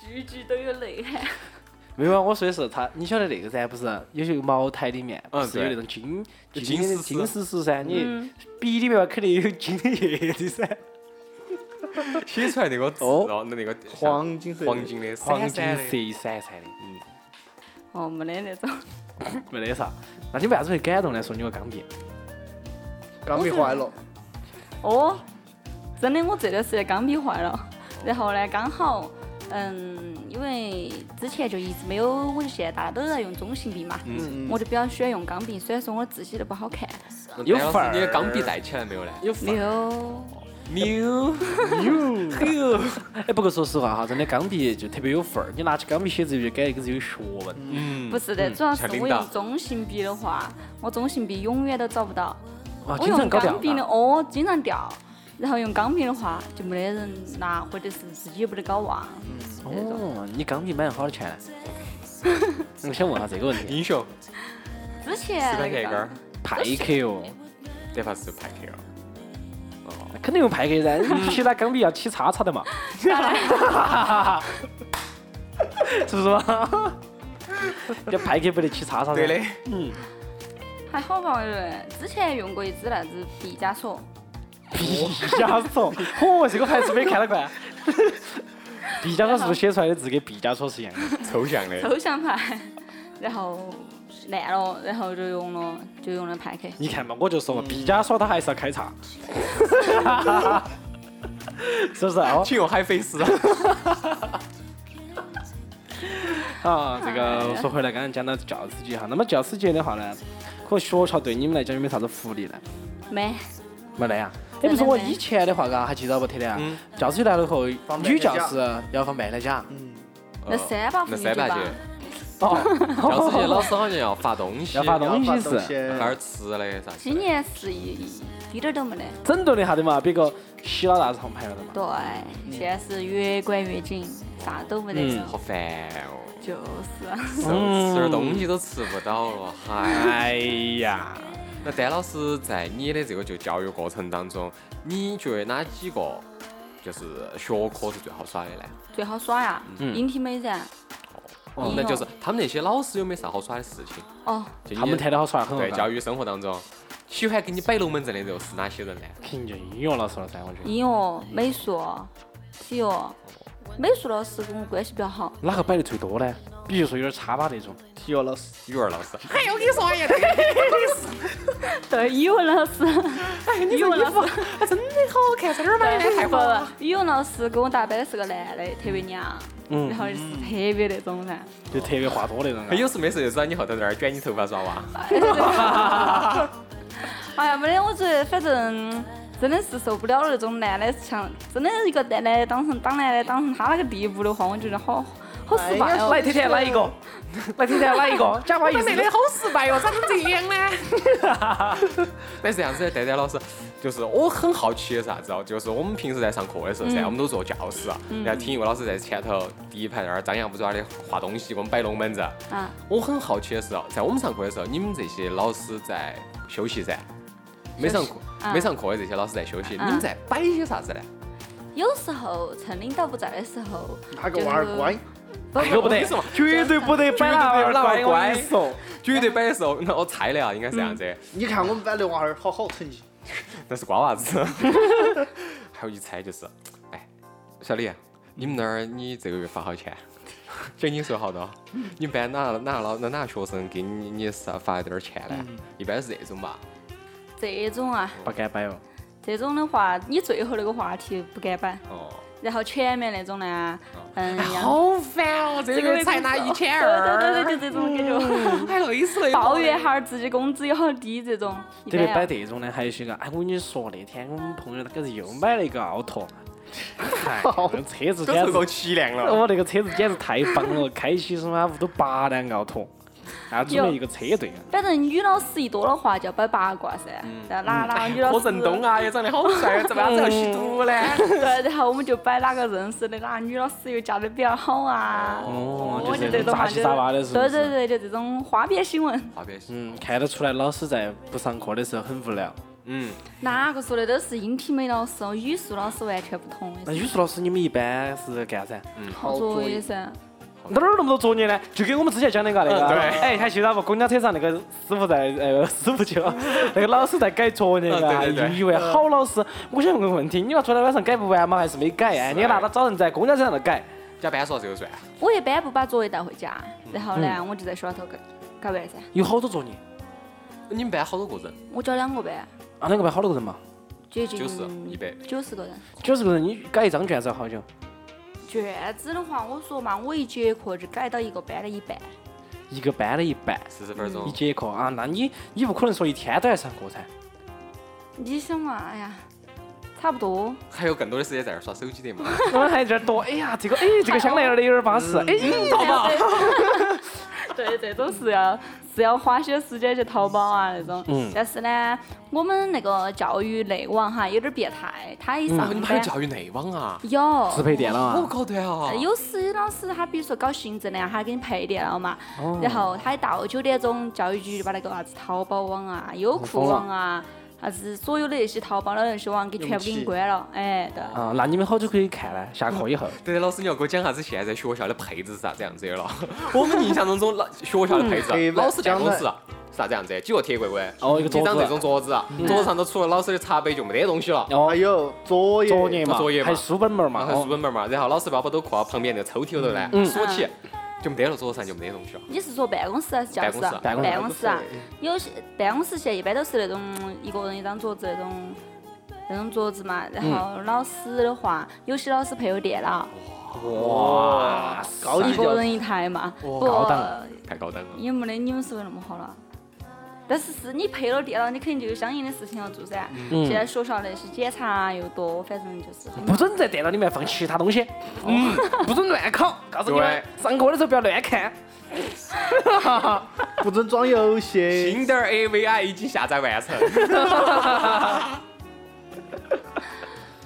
Speaker 7: 句句都有内涵。
Speaker 4: 没有啊，我说的是它，你晓得那个噻，不是有些茅台里面
Speaker 5: 嗯
Speaker 4: 不是有
Speaker 5: 对
Speaker 4: 那种金
Speaker 5: 就
Speaker 4: 金
Speaker 5: 金丝丝
Speaker 4: 金丝丝噻，你笔里面肯定有金的液体噻。
Speaker 5: 写出来那个字
Speaker 6: 哦
Speaker 5: 哦，那那个
Speaker 6: 黄金色的
Speaker 5: 黄金的
Speaker 4: 黄金
Speaker 5: 闪闪的
Speaker 4: 色闪闪的，嗯，
Speaker 7: 哦，没得那种。
Speaker 4: 没得啥。那你为啥子会感动呢？说你个钢笔，
Speaker 6: 钢笔坏了，
Speaker 7: 哦，真的，我这段时间钢笔坏了，然后呢，刚好，嗯，因为之前就一直没有，我就现在大家都在用中性笔嘛，
Speaker 6: 嗯
Speaker 7: 我就比较喜欢用钢笔，虽然说我字迹都不好看，
Speaker 4: 有
Speaker 5: 戴老师
Speaker 4: 范儿
Speaker 5: 你的钢笔带起来没有呢？
Speaker 4: 有
Speaker 7: 没有，
Speaker 5: 有，
Speaker 4: 哎，不过说实话哈，真的钢笔就特别有范儿，你拿起钢笔写字就感觉跟是有学问。
Speaker 5: 嗯，
Speaker 7: 不是的，主要是
Speaker 5: 像领
Speaker 7: 我
Speaker 5: 导
Speaker 7: 用中性笔的话，我中性笔永远都找不到，
Speaker 4: 啊，
Speaker 7: 我
Speaker 4: 经常
Speaker 7: 用
Speaker 4: 搞掉
Speaker 7: 钢笔的哦，经常掉。然后用钢笔的话，就没得人拿，或者是自己也不得搞忘。
Speaker 4: 哦，你钢笔买了好多钱？我想问下这个问题，
Speaker 5: 英雄
Speaker 7: 之前
Speaker 5: 四块
Speaker 7: 那
Speaker 5: 钱一
Speaker 7: 个
Speaker 5: 根
Speaker 7: 钢
Speaker 5: 儿，
Speaker 4: 派克哦，
Speaker 5: 得怕是派克哦。
Speaker 4: 肯定用派克噻，你其他钢笔要啊起叉叉的嘛， 是不是嘛？要派克不得起叉叉
Speaker 5: 对的，
Speaker 7: 还好吧，我觉得之前用过一支那支毕加索，
Speaker 4: 毕加索，哦，这个牌子没看到过。毕加索是不是写出来的字跟毕加索是一样的？
Speaker 5: 抽象的。
Speaker 7: 抽象派，然后烂了，然后就用了就用了派克。
Speaker 4: 你看嘛，我就说嘛，毕加索他还是要开叉， 是不是？哦，
Speaker 5: 请用海飞 丝。
Speaker 4: 啊，这个说回来，刚刚讲到教师节哈，那么教师节的话呢，可学校对你们来讲有没有啥子福利呢？
Speaker 7: 没，
Speaker 4: 没得呀。哎，不是我以前的话，嘎，还记得不？特啊点
Speaker 5: 嗯，
Speaker 4: 教师节来了后，
Speaker 6: 放半
Speaker 4: 女
Speaker 6: 天假
Speaker 4: 教师要放半天假。
Speaker 6: 嗯，
Speaker 7: 那
Speaker 4: 啊
Speaker 7: 三八妇
Speaker 5: 哦那啊三
Speaker 7: 女节
Speaker 5: 八
Speaker 7: 吧
Speaker 5: 节，， 教师节
Speaker 4: 哦，
Speaker 5: 老师好像要发东西，
Speaker 4: 要发
Speaker 6: 要
Speaker 4: 东
Speaker 6: 发
Speaker 4: 西
Speaker 6: 东
Speaker 4: 是
Speaker 6: 西，
Speaker 5: 发点儿吃的啥子
Speaker 7: 今
Speaker 5: 的。
Speaker 7: 年是一一点儿都没得。
Speaker 4: 整顿了一下的嘛，别个洗脑大肠盘了的嘛。
Speaker 7: 对，现在哎是越管越紧，啥都没得
Speaker 4: 嗯
Speaker 7: 了，
Speaker 5: 好烦哦，
Speaker 7: 就是。
Speaker 5: 受吃点东西都吃不到了，嗨。
Speaker 4: 哎呀，
Speaker 5: 那丹老师在你的这个就教育过程当中，你觉得哪几个就是学科是最好耍的呢？
Speaker 7: 最好耍呀，英体美噻。
Speaker 5: 哦，那就是他们那些老师有没有啥好耍的事情？
Speaker 7: 哦，
Speaker 5: 就你
Speaker 4: 他们谈得好耍很
Speaker 5: 对
Speaker 4: 好，
Speaker 5: 教育生活当中喜欢给你摆龙门阵的又是哪些人呢？
Speaker 4: 肯定就音乐老师了噻，我觉得。
Speaker 7: 音乐、美术、体育。美术老师跟我关系比较好，
Speaker 4: 哪个摆的最多呢？比如说有点差吧那种，
Speaker 6: 体育老师，
Speaker 5: 语文老师，
Speaker 7: 对语文老师，语文老师真的好看，在哪儿买的？太好了。语文老师跟我搭班的是个男的，特别娘，然后就是特别那种 噻。
Speaker 4: 就特别话多那种。啊
Speaker 5: 他有事没事就知道你后头在那儿卷你头发耍哇。
Speaker 7: 哎呀，没得，我觉得反正真的是受不了那种男的，像真的一个男的当成当男的当成他那个地步的话，我觉得好好失败哦。
Speaker 4: 天天来一个，来天天来一个，假把意思。
Speaker 5: 那是这样子的，丹丹老师，就是我很好奇的是啥子哦，就是我们平时在上课的时候
Speaker 7: 嗯
Speaker 5: 噻，我们都坐教室啊，然后听一个老师在前头第一排那儿张牙舞爪的画东西，给我们摆龙门阵。
Speaker 7: 啊，
Speaker 5: 我很好奇的是哦，在我们上课的时候，你们这些老师在休息噻？没上课
Speaker 7: 啊，
Speaker 5: 没上课的这些老师在休息，你
Speaker 7: 啊
Speaker 5: 们在摆些啥子呢？
Speaker 7: 有时候趁领导不在的时候，
Speaker 6: 哪个娃儿乖？
Speaker 7: 不
Speaker 4: 这个不
Speaker 7: 不
Speaker 4: 得，绝对不得摆那
Speaker 5: 绝对不得摆乖
Speaker 4: 那我跟你说，
Speaker 5: 绝对摆的时候，那我猜的啊，应该是这样子，
Speaker 6: 你看我们班的娃儿好好成绩，
Speaker 5: 那是瓜娃子。 还有一猜就是，哎，小李，你们那儿你这个月发好钱？ 就你说好多，你们班哪哪老哪哪学生给你你啥发点儿钱呢？一般是这种吧。
Speaker 7: 这种啊，
Speaker 4: 不敢摆哦。
Speaker 7: 这种的话，你最后那个话题不敢摆，
Speaker 5: 哦，
Speaker 7: 然后前面那种呢，
Speaker 4: 哦
Speaker 7: 嗯，好
Speaker 5: 好烦哦，这个月才拿一千
Speaker 7: 对
Speaker 5: 二，
Speaker 7: 对对，就这种感觉，
Speaker 5: 太累 死了。
Speaker 7: 抱怨下自己工资有好低这种，一
Speaker 4: 特别摆啊
Speaker 7: 般
Speaker 4: 这种呢，还有一些个，哎，我跟你说，那天我们朋友他可是又买了一个奥拓，哎，那个车子
Speaker 5: 都
Speaker 4: 简
Speaker 5: 受
Speaker 4: 直，
Speaker 5: 够凄凉了。
Speaker 4: 我那个车子简直太棒了，开起什么屋头八辆奥拓，啊，组了一个车队啊。
Speaker 7: 反正女老师一多的话就要摆八卦噻，
Speaker 4: 嗯
Speaker 7: 然后哪哪个女老
Speaker 5: 何
Speaker 7: 师，
Speaker 5: 振东啊，也长得好帅，怎么样子要吸毒呢？
Speaker 7: 对，然后我们就摆哪个认识的，哪个啊女老师又嫁得比较好啊，
Speaker 4: 哦
Speaker 7: 我
Speaker 4: 就是
Speaker 7: 这种
Speaker 4: 杂
Speaker 7: 话
Speaker 4: 七
Speaker 7: 就
Speaker 4: 杂八的是不
Speaker 7: 对
Speaker 4: 是
Speaker 7: 对对，就这种花边新闻，
Speaker 5: 花边新，
Speaker 4: 嗯，看得出来老师在不上课的时候很无聊。
Speaker 5: 嗯，
Speaker 7: 哪个说的都是英体美老师，哦，语数老师完全不同
Speaker 4: 那
Speaker 7: 的，
Speaker 4: 语数老师你们一般是干啥子？
Speaker 7: 好作业噻，
Speaker 4: 哪儿有那么多作业呢？就跟我们之前讲那个那个，
Speaker 5: 嗯对
Speaker 4: 哎，还记得不？公交车上那个师傅在，呃，师傅 去了，那个老师在改作业
Speaker 5: 嗯
Speaker 4: 啊，
Speaker 5: 对对对
Speaker 4: 引以为好老师。我想问个问题，你要昨天晚上改不完吗？还是没改？哎，你拿他找人在公交车上头改，
Speaker 5: 加班说这个算，啊
Speaker 7: 我一般不把作业带回家，
Speaker 4: 嗯
Speaker 7: 然后呢，我就在学校头改改完噻。
Speaker 4: 有好多作业，
Speaker 5: 你们班好多个人，
Speaker 7: 我教两个班，
Speaker 4: 啊，那个班好多个人嘛，
Speaker 7: 接近
Speaker 5: 90一百
Speaker 7: 九十个人。
Speaker 4: 九十个人，你改一张卷子要好久？
Speaker 7: 卷子的话，我说嘛，我一节课就改到一个班的一半。
Speaker 4: 一个班的一半，
Speaker 5: 四十分钟
Speaker 4: 一，节课啊，那你你不可能说一天都在上 课噻？
Speaker 7: 你想嘛，哎呀，差不多。
Speaker 5: 还有更多的时间在这儿刷手机的嘛？
Speaker 4: 我们还有点多，哎呀，这个哎，这个香奈儿的有点巴适，
Speaker 5: 嗯
Speaker 4: 哎，
Speaker 7: 淘宝。 对，这种是要是要花些时间去淘宝啊那种。
Speaker 4: 嗯
Speaker 7: 但是呢，我们那个教育内网哈有点变态，他一
Speaker 5: 啊，
Speaker 7: 上
Speaker 5: 你们还有
Speaker 7: 班
Speaker 5: 教育内网啊？
Speaker 7: 有
Speaker 4: 适配电脑
Speaker 5: 好
Speaker 4: 啊，
Speaker 5: 高端啊！
Speaker 7: 有时老师他比如说搞行政的啊，他给你配电脑嘛，然后他一到九点钟，教育局就把那个啥子淘宝网啊、优酷网啊，啥子所有的那些淘宝的那些网给全部给你关了，哎，对。
Speaker 4: 啊，那你们好久可以看呢？下课以后。
Speaker 5: 对，老师，你要给我讲下子现在学校的配置是啥子样子的了？ 我们印象当中，老学校的配置，啊
Speaker 6: 嗯
Speaker 5: 老师办公室啊是啥子样子？几个铁柜柜，
Speaker 4: 哦一个桌
Speaker 5: 张
Speaker 4: 子
Speaker 5: 这种桌子，啊嗯桌子上头除了老师的茶杯就没得东西了。
Speaker 4: 哦
Speaker 6: 还，有哎作业，
Speaker 4: 作业嘛，
Speaker 5: 嗯作业嘛
Speaker 4: 还有书本门嘛
Speaker 5: 然，后书
Speaker 4: 哦
Speaker 5: 本门嘛，然后老师包包都挎到旁边那个抽屉头来锁起，就没得了，桌子上就没得东西了。
Speaker 7: 你是说办公室还是教室啊？
Speaker 4: 办公室
Speaker 7: 办公室啊，有些办公室现在一般都是那种一个人一张桌子那种那种桌子嘛。然后老师的话，有些老师配有电脑，
Speaker 4: 哇，
Speaker 6: 高级
Speaker 7: 哦一
Speaker 6: 教
Speaker 7: 个
Speaker 6: 育
Speaker 7: 人一哦台嘛。不
Speaker 4: 高档
Speaker 5: 太高端了。
Speaker 7: 也没得你们思维那么好了。但是是你配了电脑，你肯定就有相应的事情要做噻。现在学校那些检查啊又多，反正就是很
Speaker 4: 不准在电脑里面放其他东西，
Speaker 5: 哦
Speaker 4: 嗯，不准乱考，告诉你们，上课的时候不要乱看。
Speaker 6: 不准装游 戏，
Speaker 5: Tinder AVI 已经下载完成，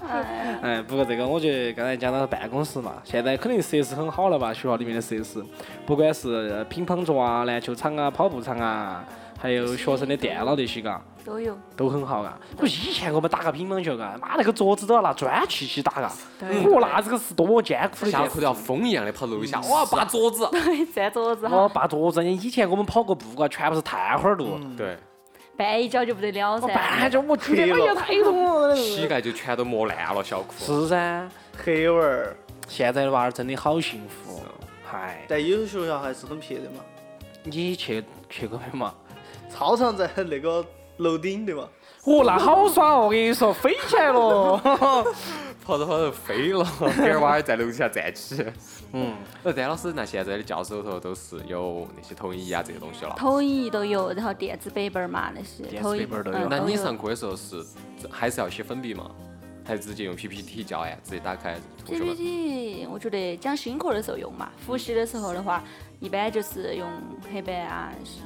Speaker 4: 哎，不过这个我觉得刚才讲到办公室嘛，现在肯定设施很好了吧？学校里面的设施，不管是呃乒乓桌啊、篮球场啊、跑步场啊，还有学生的电脑这些嘎，
Speaker 7: 都有。
Speaker 4: 都很好嘎。我以前我们打个乒乓球嘎，妈那个桌子都要拿砖砌起打嘎，我那这个是多么艰苦的一
Speaker 5: 下
Speaker 4: 件
Speaker 5: 课
Speaker 4: 事
Speaker 5: 都要疯一样的跑楼下，哇，扒桌子。
Speaker 7: 对，占桌子
Speaker 4: 我
Speaker 7: 哈，
Speaker 4: 扒啊桌子，以前我们跑过步嘎，全部是探花路。
Speaker 5: 对，
Speaker 7: 绊一脚就不得了
Speaker 4: 我
Speaker 7: 噻。
Speaker 4: 脚我觉得哎呀太痛了。
Speaker 5: 膝盖就全都磨烂了，小裤。
Speaker 4: 是噻，
Speaker 6: 黑娃儿。
Speaker 4: 现在的娃儿真的好幸福。嗨，
Speaker 6: 但有些学校还是很撇的嘛，
Speaker 4: 你去去过没嘛？
Speaker 6: 操场在那个楼顶的嘛，
Speaker 4: 哦，那好爽哦！我跟你说，飞起来 了。
Speaker 5: 跑着跑着飞了， 别娃儿在楼下站起。嗯，呃，Dan 老师，那现在的教室里头都是有那些投影仪啊这些东西了。
Speaker 7: 投影仪都有，然后电子白板儿嘛那些，
Speaker 4: 电子
Speaker 7: 投影
Speaker 4: 白板儿都
Speaker 7: 嗯
Speaker 4: 有
Speaker 5: 那你上课的时候是还是要写粉笔吗？还是直接用 PPT 教案，直接打开同学们？
Speaker 7: PPT，我觉得讲新课的时候用嘛，复习的时候的话，一般就是用黑板啊那些。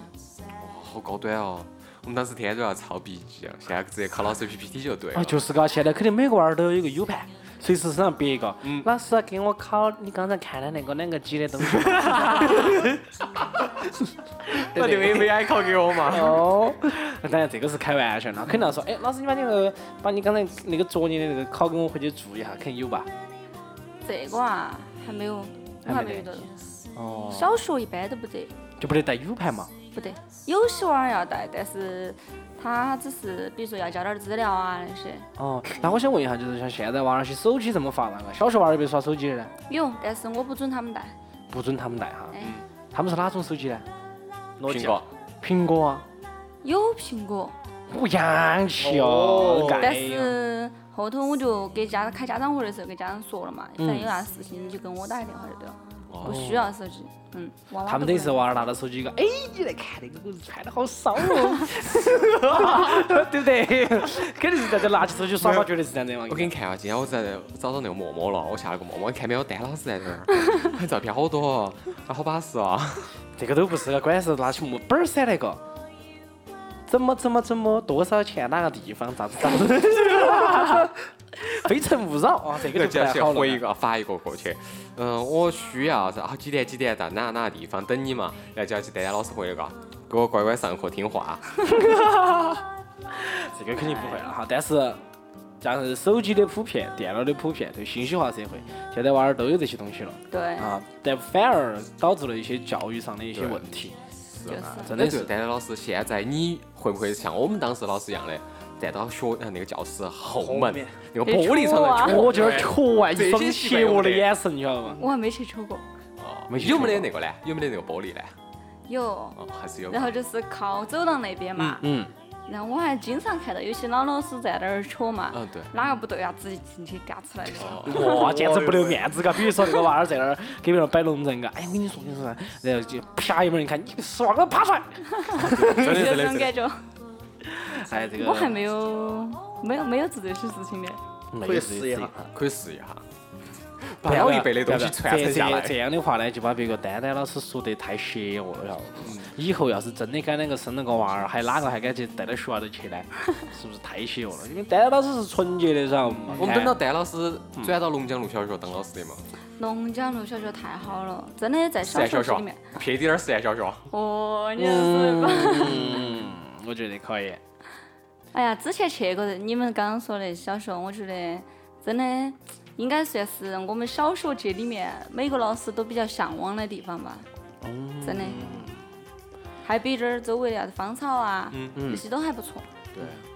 Speaker 5: 好高端哦！我们当时天天都要抄笔记啊，现在直接考老师 PPT 哦就对
Speaker 4: 啊，
Speaker 5: 了。
Speaker 4: 就是嘎，现在肯定每个娃儿都有一个 U 盘，随时身上别一个。老师啊给我考你刚才看的那个两个几的东 西。
Speaker 5: 那就 AVI 考给我嘛。
Speaker 4: 哦，当然这个是开玩笑了，肯定要说，哎，老师你把你那个把你刚才那个作业的那个考给我回去做一下，肯定有吧？
Speaker 7: 这个啊还没有，我还没遇到。
Speaker 4: 哦，
Speaker 7: 小学一般都不得。
Speaker 4: 就不得带 U 盘嘛？
Speaker 7: 不对，有些娃儿要带，但是他只是比如说要交点儿资料啊那些
Speaker 4: 哦，那我想问一下，就是像现在娃儿些手机这么发达了，小学娃儿有没有耍手机的呢？
Speaker 7: 有，但是我不准他们带。
Speaker 4: 不准他们带哈。
Speaker 7: 哎，
Speaker 4: 他们是哪种手机呢？
Speaker 6: 诺
Speaker 5: 苹
Speaker 6: 基亚
Speaker 5: 果，
Speaker 4: 苹果啊，
Speaker 7: 有苹果，
Speaker 4: 不洋气哦，
Speaker 6: 哦
Speaker 4: 哎
Speaker 7: 但
Speaker 4: 呀，
Speaker 7: 是后头我就给家开家长会的时候跟家长说了嘛，
Speaker 4: 嗯
Speaker 7: 一旦有啥事情你就跟我打个电话就对了，不需要手机。嗯，娃娃
Speaker 4: 哦他们
Speaker 7: 都
Speaker 4: 等于
Speaker 7: 不
Speaker 4: 是
Speaker 7: 能
Speaker 4: 娃儿拿到手机一个，哎，你来看那个穿的好骚 哦，对不对？肯定是在这拿起手机耍嘛，绝对是这样的嘛。
Speaker 5: 我给你看啊，今天我在找到那个陌陌了，我下了个陌陌，你看没有？丹老师在这儿， 看照片好多，哦，啊，好巴适啊！
Speaker 4: 这个都不是个，关键是拿起木本儿噻那个。怎么怎么怎么多少钱哪个地方咋子咋 子？ 非诚勿扰啊，这
Speaker 5: 这
Speaker 4: 个
Speaker 5: 个
Speaker 4: 就不太
Speaker 5: 先
Speaker 4: 好
Speaker 5: 回一
Speaker 4: 了。
Speaker 5: 个发一个过去。嗯，我需要是啊几点几点到哪哪个地方等你嘛？然后叫起丹丹老师回了个，给我乖乖上课听话。
Speaker 4: 这个肯定不会了哈，但是加上手机的普遍、电脑的普遍，对信息化社会，现在娃儿都有这些东西了
Speaker 7: 对，
Speaker 4: 啊，但反而导致了一些教育上的一些问题。
Speaker 7: 就是
Speaker 4: 真的
Speaker 5: 哎对
Speaker 4: 是
Speaker 5: 但是老师，现在你会不会像我们当时老师一样的，站到学呃那个教室后门
Speaker 6: 面
Speaker 5: 那个玻璃窗
Speaker 7: 哎戳啊
Speaker 5: 上
Speaker 4: 我就是戳啊，一
Speaker 5: 这
Speaker 4: 双
Speaker 5: 些习惯
Speaker 4: 邪
Speaker 5: 我
Speaker 4: 恶的
Speaker 5: 们
Speaker 4: 眼神，你晓得吗？
Speaker 7: 我还没去抽过，
Speaker 5: 哦
Speaker 4: 没去
Speaker 5: 有没得
Speaker 4: 戳
Speaker 5: 那个嘞？有没得那个玻璃嘞？
Speaker 7: 有。
Speaker 5: 哦，还是有。
Speaker 7: 然后就是靠走廊那边嘛，
Speaker 4: 嗯，哦
Speaker 7: 然后我还经常看到有些老老师在那儿戳嘛，
Speaker 5: 嗯，对。
Speaker 7: 哪个不对啊，直接进去嘎出来就。
Speaker 4: 哇，简直不留面子嘎！比如说那个娃儿在那儿给别人摆龙阵嘎，哎，我跟你说，我跟你说，然后就啪一门人看，你个死娃给我爬出来！
Speaker 5: 真 的
Speaker 7: 有这种
Speaker 5: 真的
Speaker 7: 感觉，
Speaker 4: 哎，这个
Speaker 7: 我还没有没有没有做这些事情的，
Speaker 6: 可以试一下。
Speaker 5: 可以试一下，把老一辈的东西传承下
Speaker 4: 这这
Speaker 5: 来。
Speaker 4: 这样的话呢，就把别个丹丹老师说得太邪恶了，晓得吗以后要是真的敢那个生了个娃儿，还哪个还敢去带到学校头去呢？ 是不是太邪恶了？因为丹丹老师是纯洁的，噻。
Speaker 5: 我们等到丹老师转到龙江路小学当老师的嘛，
Speaker 7: 龙江路小学太好了，真的在
Speaker 5: 实
Speaker 7: 小
Speaker 5: 验小
Speaker 7: 学里
Speaker 5: 学
Speaker 7: 面，，
Speaker 5: 撇滴点儿实验小学。
Speaker 7: 哦，你就是吧？
Speaker 4: 嗯，我觉得可以。
Speaker 7: 哎呀，之前去过的你们刚刚说的小学，我觉得真的应该算是我们小学界里面每个老师都比较向往的地方吧。真的，还比这儿周围的啥子芳草啊，这些都还不错。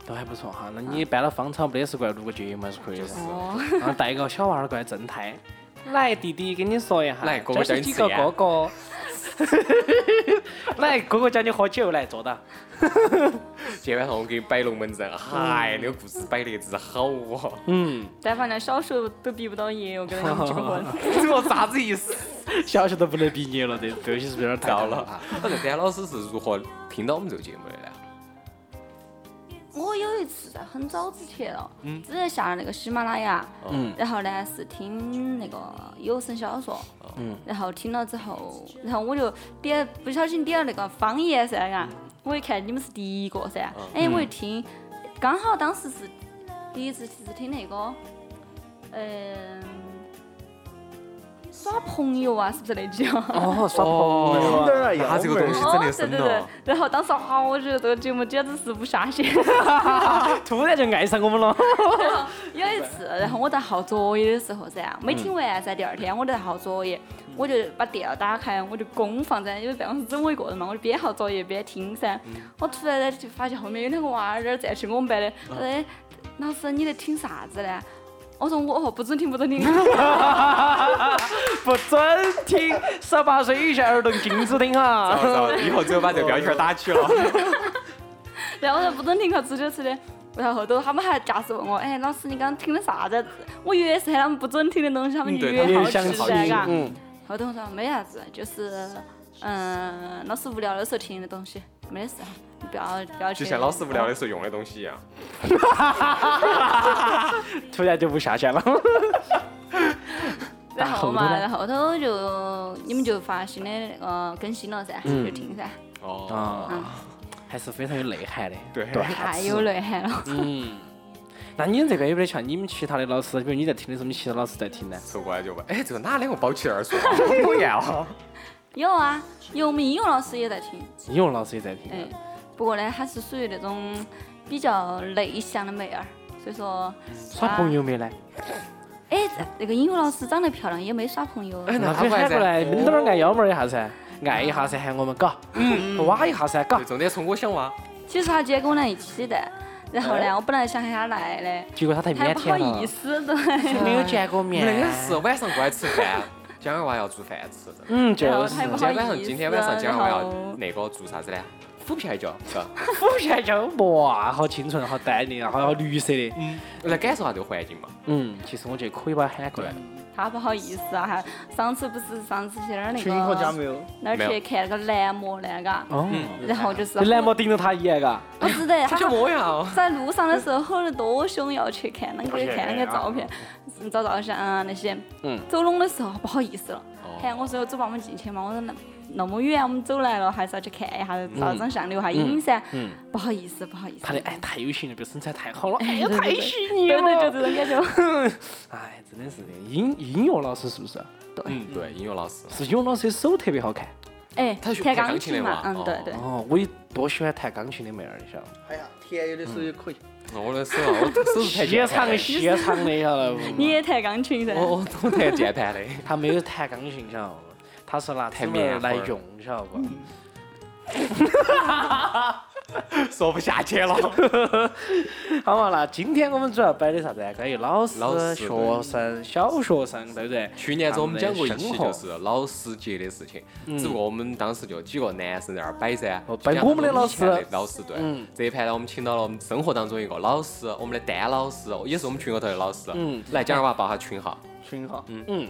Speaker 4: 都还不错哈，那你搬到芳草不得是过来录个节目还是可 以的，
Speaker 7: 哦，
Speaker 4: 然后带一个小娃儿过来正太。 来，弟弟，跟你说一下，
Speaker 5: 来哥哥
Speaker 4: 这
Speaker 5: 教
Speaker 4: 是
Speaker 5: 你
Speaker 4: 几
Speaker 5: 吃
Speaker 4: 个
Speaker 5: 烟
Speaker 4: 哥 哥。来，哥哥教你喝酒，来坐到。
Speaker 5: 今天晚上我给你摆龙门阵，
Speaker 4: 嗯
Speaker 5: 嗨，那个故事摆得之好哦。
Speaker 7: 但凡连小学都比不到爷，我跟他们结婚。
Speaker 5: 我啥子意思？
Speaker 4: 小学都不能毕业了，这这东西是不是有点太
Speaker 5: 到
Speaker 4: 高
Speaker 5: 了
Speaker 4: 了？
Speaker 5: 啊！那这丹老师是如何听到我们这个节目的呢？
Speaker 7: 我有一次在很早之前了，之前下了那个喜马拉雅，
Speaker 5: 嗯
Speaker 7: 然后呢是听那个有声小说，
Speaker 5: 嗯
Speaker 7: 然后听了之后，然后我就点不小心点了那个方言噻，嘎，
Speaker 5: 嗯
Speaker 7: 我一看你们是第一个噻，哎，我一听，刚好当时是第一次是听那个，嗯、耍朋友啊，是不是那句啊？
Speaker 4: 哦，耍朋友
Speaker 6: 有
Speaker 4: 啊
Speaker 6: 点嗯儿
Speaker 5: 嗯他这个东西
Speaker 7: 哦
Speaker 5: 真，的
Speaker 7: 对
Speaker 5: 深
Speaker 7: 对对
Speaker 5: 了，，
Speaker 7: 然后当时啊，我觉得这个节目简直是无下限。
Speaker 4: 突然就爱上我们了。
Speaker 7: 有一次，然后我在抄作业的时候噻，没听完噻，第二天我在抄作业，我就把电脑打开，我就公放在，因为办公室只有我一个人嘛，我就边抄作业边听噻。我突然就发现后面有两个娃儿在那儿站起我们班的，他说哎，老师你在听啥子呢？我说我哦不准听不准听，
Speaker 4: 不准听，十八岁以下儿童禁止听啊
Speaker 5: 然
Speaker 4: 哈。
Speaker 5: 后以后只有把这个标签打起了。
Speaker 7: 然后我说不准听了，直接吃的。然后后头他们还架势问我，哎，老师你刚刚听的啥子？我越是喊他们不准听的东西，他们
Speaker 5: 嗯
Speaker 7: 就
Speaker 5: 对
Speaker 7: 越
Speaker 5: 他们
Speaker 7: 好
Speaker 4: 越想
Speaker 7: 奇噻，
Speaker 4: 听
Speaker 7: 嘎。
Speaker 6: 嗯，
Speaker 7: 后头我说没啥子，就是嗯，老师无聊的时候听的东西，没得事，啊你不要不要去。
Speaker 5: 就像老师无聊的时候用的东西一啊样。
Speaker 4: 突然就不下线了。
Speaker 7: 然后
Speaker 4: 打后头
Speaker 7: 嘛，
Speaker 4: 呢
Speaker 7: 然后后头就你们就发新的那个更新了噻，
Speaker 5: 嗯
Speaker 7: 就听噻，
Speaker 5: 哦，
Speaker 4: 啊，还是非常有内涵的。嗯
Speaker 5: 对，
Speaker 7: 太有内涵了。
Speaker 4: 那你这个有没得像你们其他的老师，比如你在听的时候，你其他老师在听呢？
Speaker 5: 凑过来就问，哎，这个哪两个包起来说？好讨厌
Speaker 4: 哦
Speaker 5: 啊！
Speaker 7: 有啊，有我们应用老师也在听，
Speaker 4: 英文老师也在听。啊
Speaker 7: 哎，不过呢，她是属于那种比较内向的妹儿，所以说
Speaker 4: 耍朋友没呢？
Speaker 7: 啊哎，那个英语老师长得漂亮，也没耍朋友。
Speaker 5: 哎，那
Speaker 4: 那
Speaker 5: 他
Speaker 4: 可以
Speaker 5: 还
Speaker 4: 喊过
Speaker 5: 在。
Speaker 4: 来，抿到那儿按腰门儿一下噻，按一下噻，喊我们搞，嗯，挖一下噻，搞
Speaker 5: 对，。重点从我想哇，
Speaker 7: 其实她今天跟我来一起的，然后呢，我本来想喊她来的，
Speaker 4: 结果他太腼
Speaker 7: 还不
Speaker 4: 腆
Speaker 7: 好意
Speaker 4: 了，
Speaker 7: 思，嗯对。
Speaker 4: 没有见过
Speaker 5: 我们那
Speaker 4: 面
Speaker 5: 个是晚上过来吃饭，今儿娃要煮饭吃的。
Speaker 4: 嗯，就
Speaker 7: 然后
Speaker 4: 是
Speaker 7: 他也哎不
Speaker 5: 今
Speaker 7: 好
Speaker 5: 天晚
Speaker 7: 意
Speaker 5: 上，
Speaker 7: 思，
Speaker 5: 今天晚上，今儿娃
Speaker 7: 然
Speaker 4: 啊
Speaker 5: 要
Speaker 7: 后
Speaker 5: 那个做啥子呢？腐皮海椒，是吧？
Speaker 4: 腐现就哇，好清纯，好淡定，好好绿色的。
Speaker 5: 来感受下这个环境 嘛。
Speaker 4: 嗯，其实我觉得可以把他喊过来。
Speaker 7: 他不好意思啊，还上次不是上次去那儿那
Speaker 6: 群口加
Speaker 7: 个
Speaker 6: 没有？
Speaker 7: 那儿去看那个男模呢，嘎，
Speaker 4: 哦，
Speaker 7: 然后就是
Speaker 4: 这男模顶着他一眼，嘎，
Speaker 7: 不是的，
Speaker 5: 就
Speaker 7: 他
Speaker 5: 莫
Speaker 4: 哦
Speaker 5: 要。
Speaker 7: 在路上的时候吼得多凶，要去看那个看那个照片，嗯照照相啊那些。
Speaker 4: 嗯。
Speaker 7: 走拢的时候不好意思了，喊我说走吧，我们进去嘛。我说那那么远，我们走来了，还是要去看一下，照张相，留下影噻。嗯。不好意思，不好意思。
Speaker 4: 他的哎太有型了，这个身材太好了，哎
Speaker 7: 哎
Speaker 4: 呀
Speaker 7: 对对
Speaker 4: 太
Speaker 7: 对
Speaker 4: 吸引
Speaker 7: 对
Speaker 4: 人
Speaker 7: 对，就
Speaker 4: 了。
Speaker 7: 这种感觉。
Speaker 4: 哎，真的是的，音音乐老师是不是？
Speaker 5: 嗯，对，音乐老师。
Speaker 4: 是音乐老师的手特别好看。
Speaker 7: 哎，
Speaker 5: 他学
Speaker 7: 弹
Speaker 5: 弹钢
Speaker 7: 钢
Speaker 5: 琴
Speaker 7: 琴
Speaker 5: 的
Speaker 7: 嘛
Speaker 5: 嘛，
Speaker 7: 嗯，对
Speaker 5: 哦
Speaker 7: 对。
Speaker 4: 哦，我也多喜欢弹钢琴的妹儿，你晓得吗？
Speaker 6: 哎呀，甜有的时候也可以。
Speaker 5: 哦我的手啊，我手是弹
Speaker 4: 现
Speaker 5: 键盘
Speaker 4: 场
Speaker 5: 的，
Speaker 4: 现场的，晓得不？
Speaker 7: 你也弹钢琴噻？
Speaker 5: 我我我弹键盘的。
Speaker 4: 他没有弹钢琴，晓得不？他是拿弹棉来用，晓得不？
Speaker 5: 说不下去了。
Speaker 4: 好嘛，那今天我们主要摆的啥子啊？关于老师、
Speaker 5: 老师
Speaker 4: 学生、小学生，对不对？
Speaker 5: 去年子我们讲过一期
Speaker 4: 他
Speaker 5: 就
Speaker 4: 们的生 活
Speaker 5: 是老师节的事情，只不过我们当时就几个男生在那儿摆噻
Speaker 4: 嗯哦，
Speaker 5: 就
Speaker 4: 摆
Speaker 5: 讲
Speaker 4: 我们的
Speaker 5: 他
Speaker 4: 老
Speaker 5: 以前
Speaker 4: 师嗯
Speaker 5: 的老师对。这一盘呢，我们请到了我们生活当中一个老师，我们的丹老师，哦也是我们群里头的老师。
Speaker 4: 嗯
Speaker 5: 来，蒋二娃报下群号：
Speaker 6: 群号，
Speaker 4: 嗯，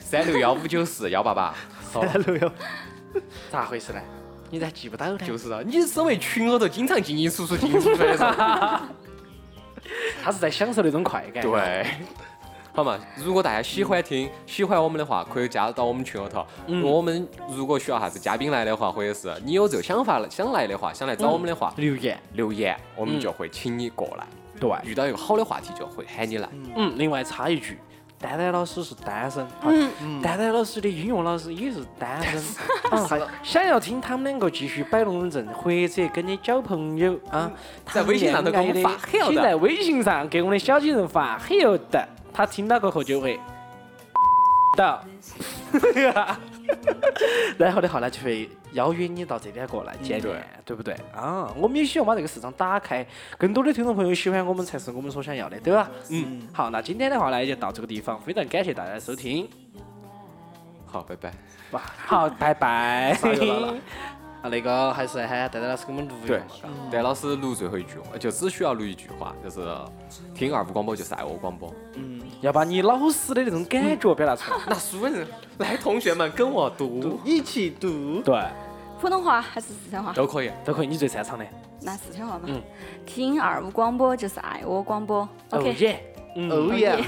Speaker 5: 三六幺五九四幺八 八。
Speaker 4: 咋回事呢？哎你咋记不到呢？
Speaker 5: 就是啊，你身为群里头经常进进出出、进进出出的人，
Speaker 4: 他是在享受那种快感。
Speaker 5: 对。 好嘛，如果大家喜欢听、喜欢我们的话，可以加入到我们群里头。我们如果需要啥子嘉宾来的话，或者是你有这个想法了想来的话，想来找我们的话，
Speaker 4: 留言。
Speaker 5: 留言，我们就会请你过来。
Speaker 4: 对，
Speaker 5: 遇到一个好的话题，就会喊你来。
Speaker 4: 嗯，另外插一句，丹丹老师是单身，嗯，丹丹老师的英语老师也是单身，
Speaker 6: 嗯
Speaker 4: 啊，
Speaker 6: 哎
Speaker 4: 想要听他们两个继续摆龙门阵，或者跟你交朋友
Speaker 5: 嗯
Speaker 4: 啊，
Speaker 5: 在微信上头给我们
Speaker 4: 他
Speaker 5: 发
Speaker 4: 们恋爱的
Speaker 5: hello 的
Speaker 4: 请在微信上给我们的小金人发 hello 的，他听到过后就会 到。 然后的话呢，就会邀约你到这边过来
Speaker 5: 嗯
Speaker 4: 见面，对不对啊？我们也希望把这个市场打开，更多的听众朋友喜欢我们才是我们所想要的，对吧？嗯。好，那今天的话呢，也就到这个地方，非常感谢大家的收听。
Speaker 5: 好，拜拜。
Speaker 4: 哇，好，拜拜。
Speaker 6: 又来了
Speaker 4: 啊，那个还是喊丹丹老师给我们录一下
Speaker 5: 对
Speaker 4: 嘛。
Speaker 5: 但老师录最后一句，呃就只需要录一句话，就是听二五广播就是爱我广播。
Speaker 4: 要把你老师的那种感觉表达 出来。
Speaker 5: 那熟人来，同学们跟我读
Speaker 6: 一起读，
Speaker 4: 对，
Speaker 7: 普通话还是四川话？
Speaker 5: 都可以。
Speaker 4: 都可以，你最擅长的。
Speaker 7: 那四川话嘛。听二五广播就是爱我广播。
Speaker 4: 哦
Speaker 7: OK，
Speaker 4: 耶，嗯
Speaker 6: 哦耶。